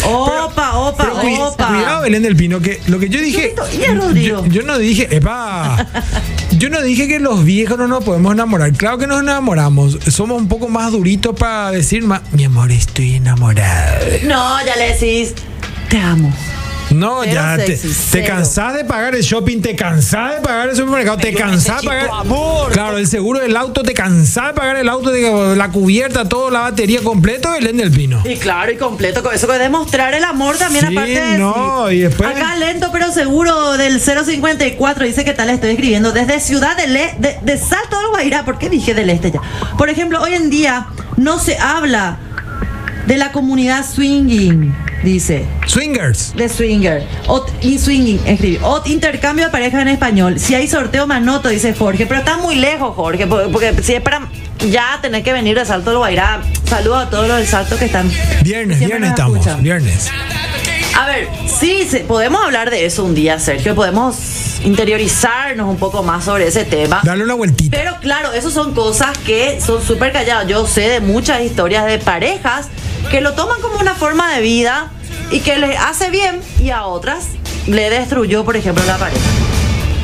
[SPEAKER 2] Opa, opa,
[SPEAKER 1] Mm. Pero cui-
[SPEAKER 2] opa.
[SPEAKER 1] Cuidado, Belén del Pino, que lo que yo dije. Yo, yo no dije, epa. Yo no dije que los viejos no nos podemos enamorar. Claro que nos enamoramos. Somos un poco más duritos para decir, más, mi amor, estoy enamorado.
[SPEAKER 2] No, ya le decís, te amo.
[SPEAKER 1] No,
[SPEAKER 2] Cero
[SPEAKER 1] ya te,
[SPEAKER 2] sexy,
[SPEAKER 1] te
[SPEAKER 2] cero.
[SPEAKER 1] cansás de pagar el shopping, te cansás de pagar el supermercado, te cansás de pagar. Claro, el seguro del auto, te cansás de pagar el auto, de la cubierta, todo, la batería completo, Belén del Pino.
[SPEAKER 2] Y claro, y completo con eso, que demostrar el amor también
[SPEAKER 1] Sí,
[SPEAKER 2] aparte de...
[SPEAKER 1] no, y después-
[SPEAKER 2] Acá lento pero seguro del 054 dice que tal estoy escribiendo desde Ciudad del E- de, de Salto del Guairá, ¿por qué dije del Este ya? Por ejemplo, hoy en día no se habla de la comunidad swinging, dice.
[SPEAKER 1] Swingers.
[SPEAKER 2] De swinger. Ot- y swinging, escribí. Ot intercambio de parejas en español. Si hay sorteo, manoto, dice Jorge. Pero está muy lejos, Jorge. po- Porque, si es para ya tener que venir de Salto del Guairá. Saludos a todos los del Salto que están.
[SPEAKER 1] Viernes, viernes
[SPEAKER 2] siempre nos
[SPEAKER 1] estamos.
[SPEAKER 2] escuchan.
[SPEAKER 1] Viernes.
[SPEAKER 2] A ver, sí, se- podemos hablar de eso un día, Sergio. Podemos interiorizarnos un poco más sobre ese tema.
[SPEAKER 1] Dale una vueltita.
[SPEAKER 2] Pero claro, eso son cosas que son súper calladas. Yo sé de muchas historias de parejas que lo toman como una forma de vida y que les hace bien y a otras le destruyó, por ejemplo, la pareja.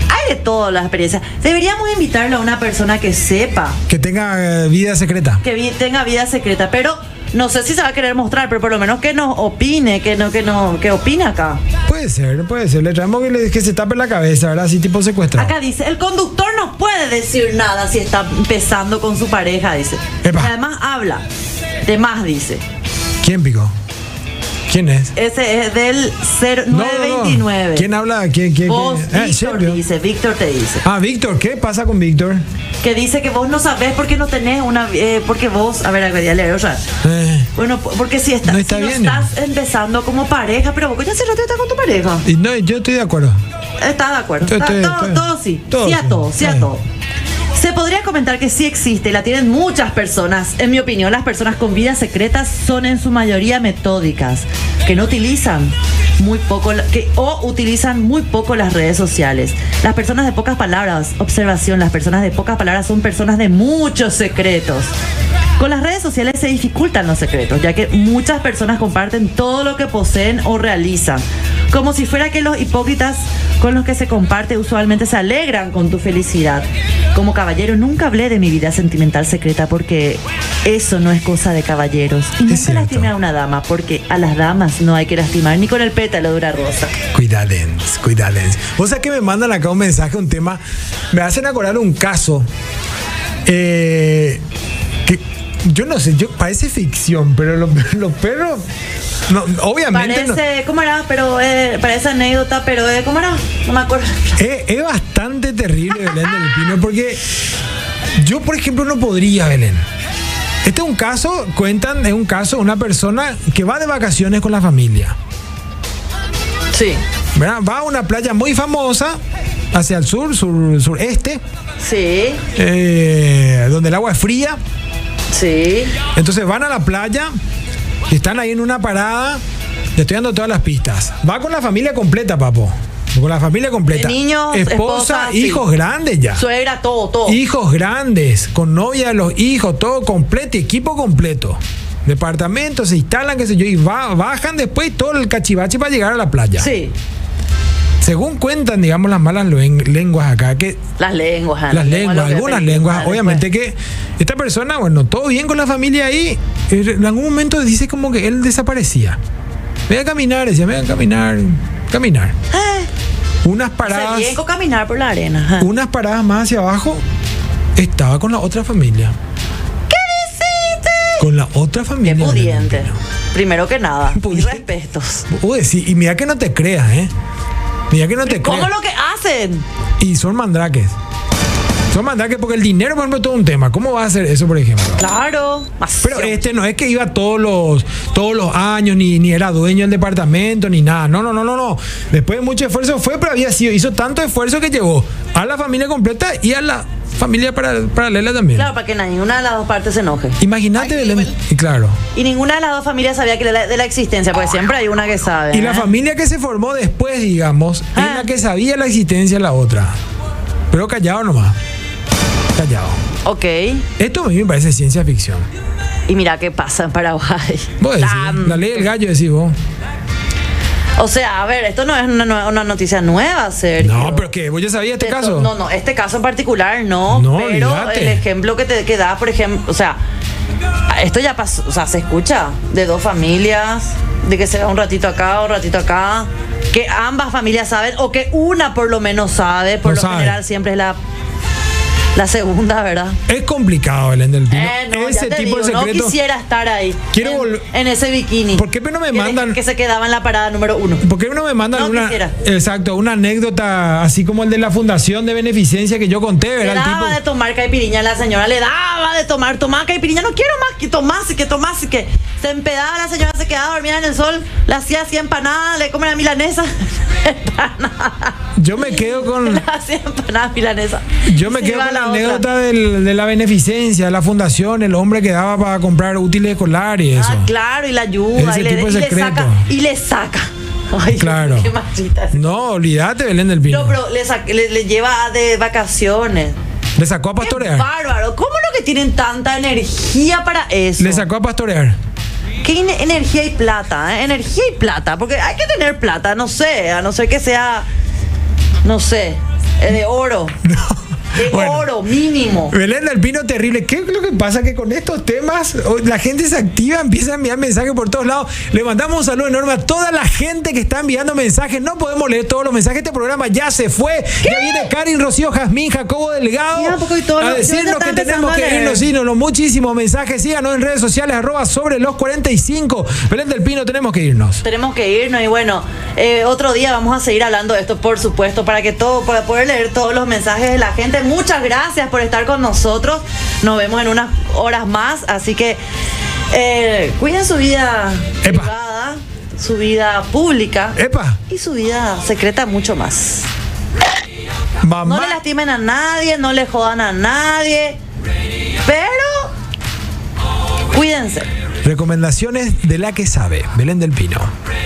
[SPEAKER 2] Hay de todas las experiencias. Deberíamos invitarle a una persona que sepa
[SPEAKER 1] Que tenga eh, vida secreta.
[SPEAKER 2] que vi- tenga vida secreta, pero no sé si se va a querer mostrar, pero por lo menos que nos opine, que no, que no, que opine acá.
[SPEAKER 1] Puede ser, puede ser. Le traemos que, le- que se tape la cabeza, ¿verdad? Así tipo secuestrado.
[SPEAKER 2] Acá dice, el conductor no puede decir nada si está empezando con su pareja, dice. Y además habla. De más dice.
[SPEAKER 1] ¿Quién picó? ¿Quién es?
[SPEAKER 2] Ese es del
[SPEAKER 1] No, no, no.
[SPEAKER 2] 0929.
[SPEAKER 1] ¿Quién habla? ¿Quién? quién,
[SPEAKER 2] Vos,
[SPEAKER 1] quién? Ah, ¿en
[SPEAKER 2] Víctor,
[SPEAKER 1] serio?
[SPEAKER 2] dice, Víctor te dice.
[SPEAKER 1] Ah, Víctor, ¿qué pasa con Víctor?
[SPEAKER 2] Que dice que vos no sabés porque no tenés una... eh, porque vos... A ver, a ver, ya leo, o sea,
[SPEAKER 1] Eh,
[SPEAKER 2] Bueno, po- porque si estás,
[SPEAKER 1] No está
[SPEAKER 2] si no
[SPEAKER 1] bien.
[SPEAKER 2] estás empezando como pareja, pero vos ya hace rato estás con tu pareja.
[SPEAKER 1] y no, yo estoy de acuerdo.
[SPEAKER 2] Está de acuerdo.
[SPEAKER 1] Estoy-
[SPEAKER 2] Está-
[SPEAKER 1] estoy-
[SPEAKER 2] todo,
[SPEAKER 1] estoy-
[SPEAKER 2] todo sí.
[SPEAKER 1] todo
[SPEAKER 2] sí
[SPEAKER 1] sí.
[SPEAKER 2] a todo, sí a todo. Se podría comentar que sí existe y la tienen muchas personas. En mi opinión, las personas con vidas secretas son en su mayoría metódicas, que no utilizan muy poco la- que o utilizan muy poco las redes sociales. Las personas de pocas palabras, observación, las personas de pocas palabras son personas de muchos secretos. Con las redes sociales se dificultan los secretos, ya que muchas personas comparten todo lo que poseen o realizan. Como si fuera que los hipócritas con los que se comparte usualmente se alegran con tu felicidad. Como caballero nunca hablé de mi vida sentimental secreta porque eso no es cosa de caballeros. Y nunca lastimé a una dama porque a las damas no hay que lastimar ni con el pétalo de una rosa.
[SPEAKER 1] Cuidalens, cuidalens. O sea que me mandan acá un mensaje, un tema. Me hacen acordar un caso. eh, que yo no sé, yo parece ficción, pero lo- los perros. No, obviamente. no-
[SPEAKER 2] Parece, ¿cómo era? Pero, eh, parece anécdota, pero, eh, ¿cómo era? No me acuerdo.
[SPEAKER 1] Es, es bastante terrible Belén del Pino porque yo, por ejemplo, no podría, Belén. Este es un caso, cuentan, es un caso de una persona que va de vacaciones con la familia.
[SPEAKER 2] Sí.
[SPEAKER 1] ¿Verdad? Va a una playa muy famosa hacia el sur, sur sureste,
[SPEAKER 2] Sí,
[SPEAKER 1] eh, donde el agua es fría.
[SPEAKER 2] sí.
[SPEAKER 1] Entonces van a la playa y están ahí en una parada. Le estoy dando todas las pistas. Va con la familia completa, papo. Con la familia completa.
[SPEAKER 2] Niños,
[SPEAKER 1] esposa,
[SPEAKER 2] esposa, sí.
[SPEAKER 1] hijos grandes ya.
[SPEAKER 2] Suegra, todo, todo.
[SPEAKER 1] Hijos grandes, con novia de los hijos, todo completo, equipo completo. Departamentos, se instalan, qué sé yo, y va- bajan después todo el cachivache para llegar a la playa.
[SPEAKER 2] Sí.
[SPEAKER 1] Según cuentan, digamos, las malas luen- lenguas acá, que
[SPEAKER 2] Las lenguas, Ana,
[SPEAKER 1] las lenguas,
[SPEAKER 2] lo que Pues,
[SPEAKER 1] algunas
[SPEAKER 2] pedimos,
[SPEAKER 1] lenguas,
[SPEAKER 2] dale,
[SPEAKER 1] obviamente que esta persona, bueno, todo bien con la familia ahí, eh, en algún momento dice como que él desaparecía. Me voy a caminar, decía, me voy a caminar, caminar. Unas
[SPEAKER 2] pues.
[SPEAKER 1] paradas,
[SPEAKER 2] Se bien con caminar por la arena. ajá.
[SPEAKER 1] unas paradas más hacia abajo, estaba con la otra familia. Con la otra familia.
[SPEAKER 2] Pudiente. Primero que nada. Y respetos.
[SPEAKER 1] Uy, sí, y mira que no te creas, ¿eh? Mira que no te
[SPEAKER 2] ¿Cómo
[SPEAKER 1] creas.
[SPEAKER 2] lo que hacen?
[SPEAKER 1] Y son mandrakes. Son mandrakes porque el dinero, por ejemplo, es todo un tema. ¿Cómo va a hacer eso, por ejemplo?
[SPEAKER 2] Claro.
[SPEAKER 1] Pero este no es que iba todos los, todos los años, ni, ni era dueño del departamento, ni nada. No, no, no, no, no. Después de mucho esfuerzo fue, pero había sido, hizo tanto esfuerzo que llevó a la familia completa y a la familia para- paralela también.
[SPEAKER 2] Claro, para que ninguna de las dos partes se enoje.
[SPEAKER 1] Imagínate, Belén. Y claro.
[SPEAKER 2] Y ninguna de las dos familias sabía que de la, de la existencia, porque siempre hay una que sabe.
[SPEAKER 1] Y la
[SPEAKER 2] ¿eh?
[SPEAKER 1] familia que se formó después, digamos, es la que sabía la existencia de la otra. Pero callado nomás. Callado.
[SPEAKER 2] Ok.
[SPEAKER 1] Esto a mí me parece ciencia ficción.
[SPEAKER 2] Y mira qué pasa en Paraguay.
[SPEAKER 1] Vos decís, la ley del gallo decís vos.
[SPEAKER 2] O sea, a ver, esto no es una, nue- una noticia nueva, Sergio.
[SPEAKER 1] No, pero ¿qué? ¿Vos ya sabías este
[SPEAKER 2] Esto-
[SPEAKER 1] caso?
[SPEAKER 2] No, no, este caso en particular no.
[SPEAKER 1] No,
[SPEAKER 2] pero
[SPEAKER 1] olvídate.
[SPEAKER 2] el ejemplo que te que da, por ejemplo, o sea, esto ya pasó, o sea, se escucha de dos familias, de que se va un ratito acá, un ratito acá, que ambas familias saben, o que una por lo menos sabe, por
[SPEAKER 1] No
[SPEAKER 2] lo
[SPEAKER 1] sabe.
[SPEAKER 2] general siempre es la, la segunda, ¿verdad?
[SPEAKER 1] Es complicado, Belén del Pino.
[SPEAKER 2] Eh, no,
[SPEAKER 1] Ese
[SPEAKER 2] ya te
[SPEAKER 1] tipo
[SPEAKER 2] digo,
[SPEAKER 1] de
[SPEAKER 2] no
[SPEAKER 1] secretos.
[SPEAKER 2] quisiera estar ahí.
[SPEAKER 1] Quiero
[SPEAKER 2] en, en ese bikini.
[SPEAKER 1] ¿Por qué no me mandan?
[SPEAKER 2] Que se quedaba en la parada número uno.
[SPEAKER 1] ¿Por qué no me mandan
[SPEAKER 2] No
[SPEAKER 1] una,
[SPEAKER 2] quisiera.
[SPEAKER 1] exacto, una anécdota así como el de la fundación de beneficencia que yo conté,
[SPEAKER 2] Le
[SPEAKER 1] ¿verdad? El tipo-
[SPEAKER 2] daba de tomar caipiriña a la señora, le daba de tomar, tomaba caipiriña, no quiero más que tomase, que tomase, que se empedaba la señora, se quedaba dormida en el sol, le hacía así empanada, le come la milanesa,
[SPEAKER 1] yo me quedo con,
[SPEAKER 2] le hacía empanada milanesa.
[SPEAKER 1] yo me
[SPEAKER 2] Se
[SPEAKER 1] quedo
[SPEAKER 2] iba
[SPEAKER 1] con
[SPEAKER 2] a
[SPEAKER 1] la
[SPEAKER 2] otra.
[SPEAKER 1] anécdota del- de la beneficencia, de la fundación, el hombre que daba para comprar útiles escolares y eso.
[SPEAKER 2] Ah, claro, y la ayuda,
[SPEAKER 1] Ese
[SPEAKER 2] y le,
[SPEAKER 1] tipo de
[SPEAKER 2] y le
[SPEAKER 1] secreto.
[SPEAKER 2] saca, y le saca. Ay,
[SPEAKER 1] Claro.
[SPEAKER 2] qué machita.
[SPEAKER 1] No, olvídate, Belén del Pino.
[SPEAKER 2] No, pero le, sa- le- le lleva de vacaciones.
[SPEAKER 1] Le sacó a pastorear.
[SPEAKER 2] Bárbaro, ¿cómo lo que tienen tanta energía para eso?
[SPEAKER 1] Le sacó a pastorear.
[SPEAKER 2] ¿Qué in- energía y plata? eh? Energía y plata, porque hay que tener plata, no sé, a no ser que sea, no sé, eh, de oro. De oro, mínimo.
[SPEAKER 1] Belén del Pino, terrible. ¿Qué es lo que pasa? Que con estos temas oh, la gente se activa, empieza a enviar mensajes por todos lados. Le mandamos un saludo enorme a toda la gente que está enviando mensajes. No podemos leer todos los mensajes. Este programa ya se fue. Ya viene Karin, Rocío, Jazmín, Jacobo Delgado.
[SPEAKER 2] Ya, porque hoy todo
[SPEAKER 1] a
[SPEAKER 2] lo- yo ya
[SPEAKER 1] decirnos
[SPEAKER 2] estaba
[SPEAKER 1] que tenemos
[SPEAKER 2] empezando a
[SPEAKER 1] que
[SPEAKER 2] leer.
[SPEAKER 1] irnos. Sí, no, no, muchísimos mensajes. Síganos en redes sociales, arroba sobre los 45. Belén del Pino, tenemos que irnos.
[SPEAKER 2] Tenemos que irnos y bueno, eh, otro día vamos a seguir hablando de esto, por supuesto, para que todo, para poder leer todos los mensajes de la gente. Muchas gracias por estar con nosotros. Nos vemos en unas horas más, así que eh, cuiden su vida privada, su vida pública
[SPEAKER 1] Eh.
[SPEAKER 2] y su vida secreta mucho más. No le lastimen a nadie, no le jodan a nadie, pero cuídense.
[SPEAKER 1] Recomendaciones de la que sabe, Belén del Pino.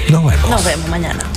[SPEAKER 1] Nos vemos.
[SPEAKER 2] Nos vemos mañana.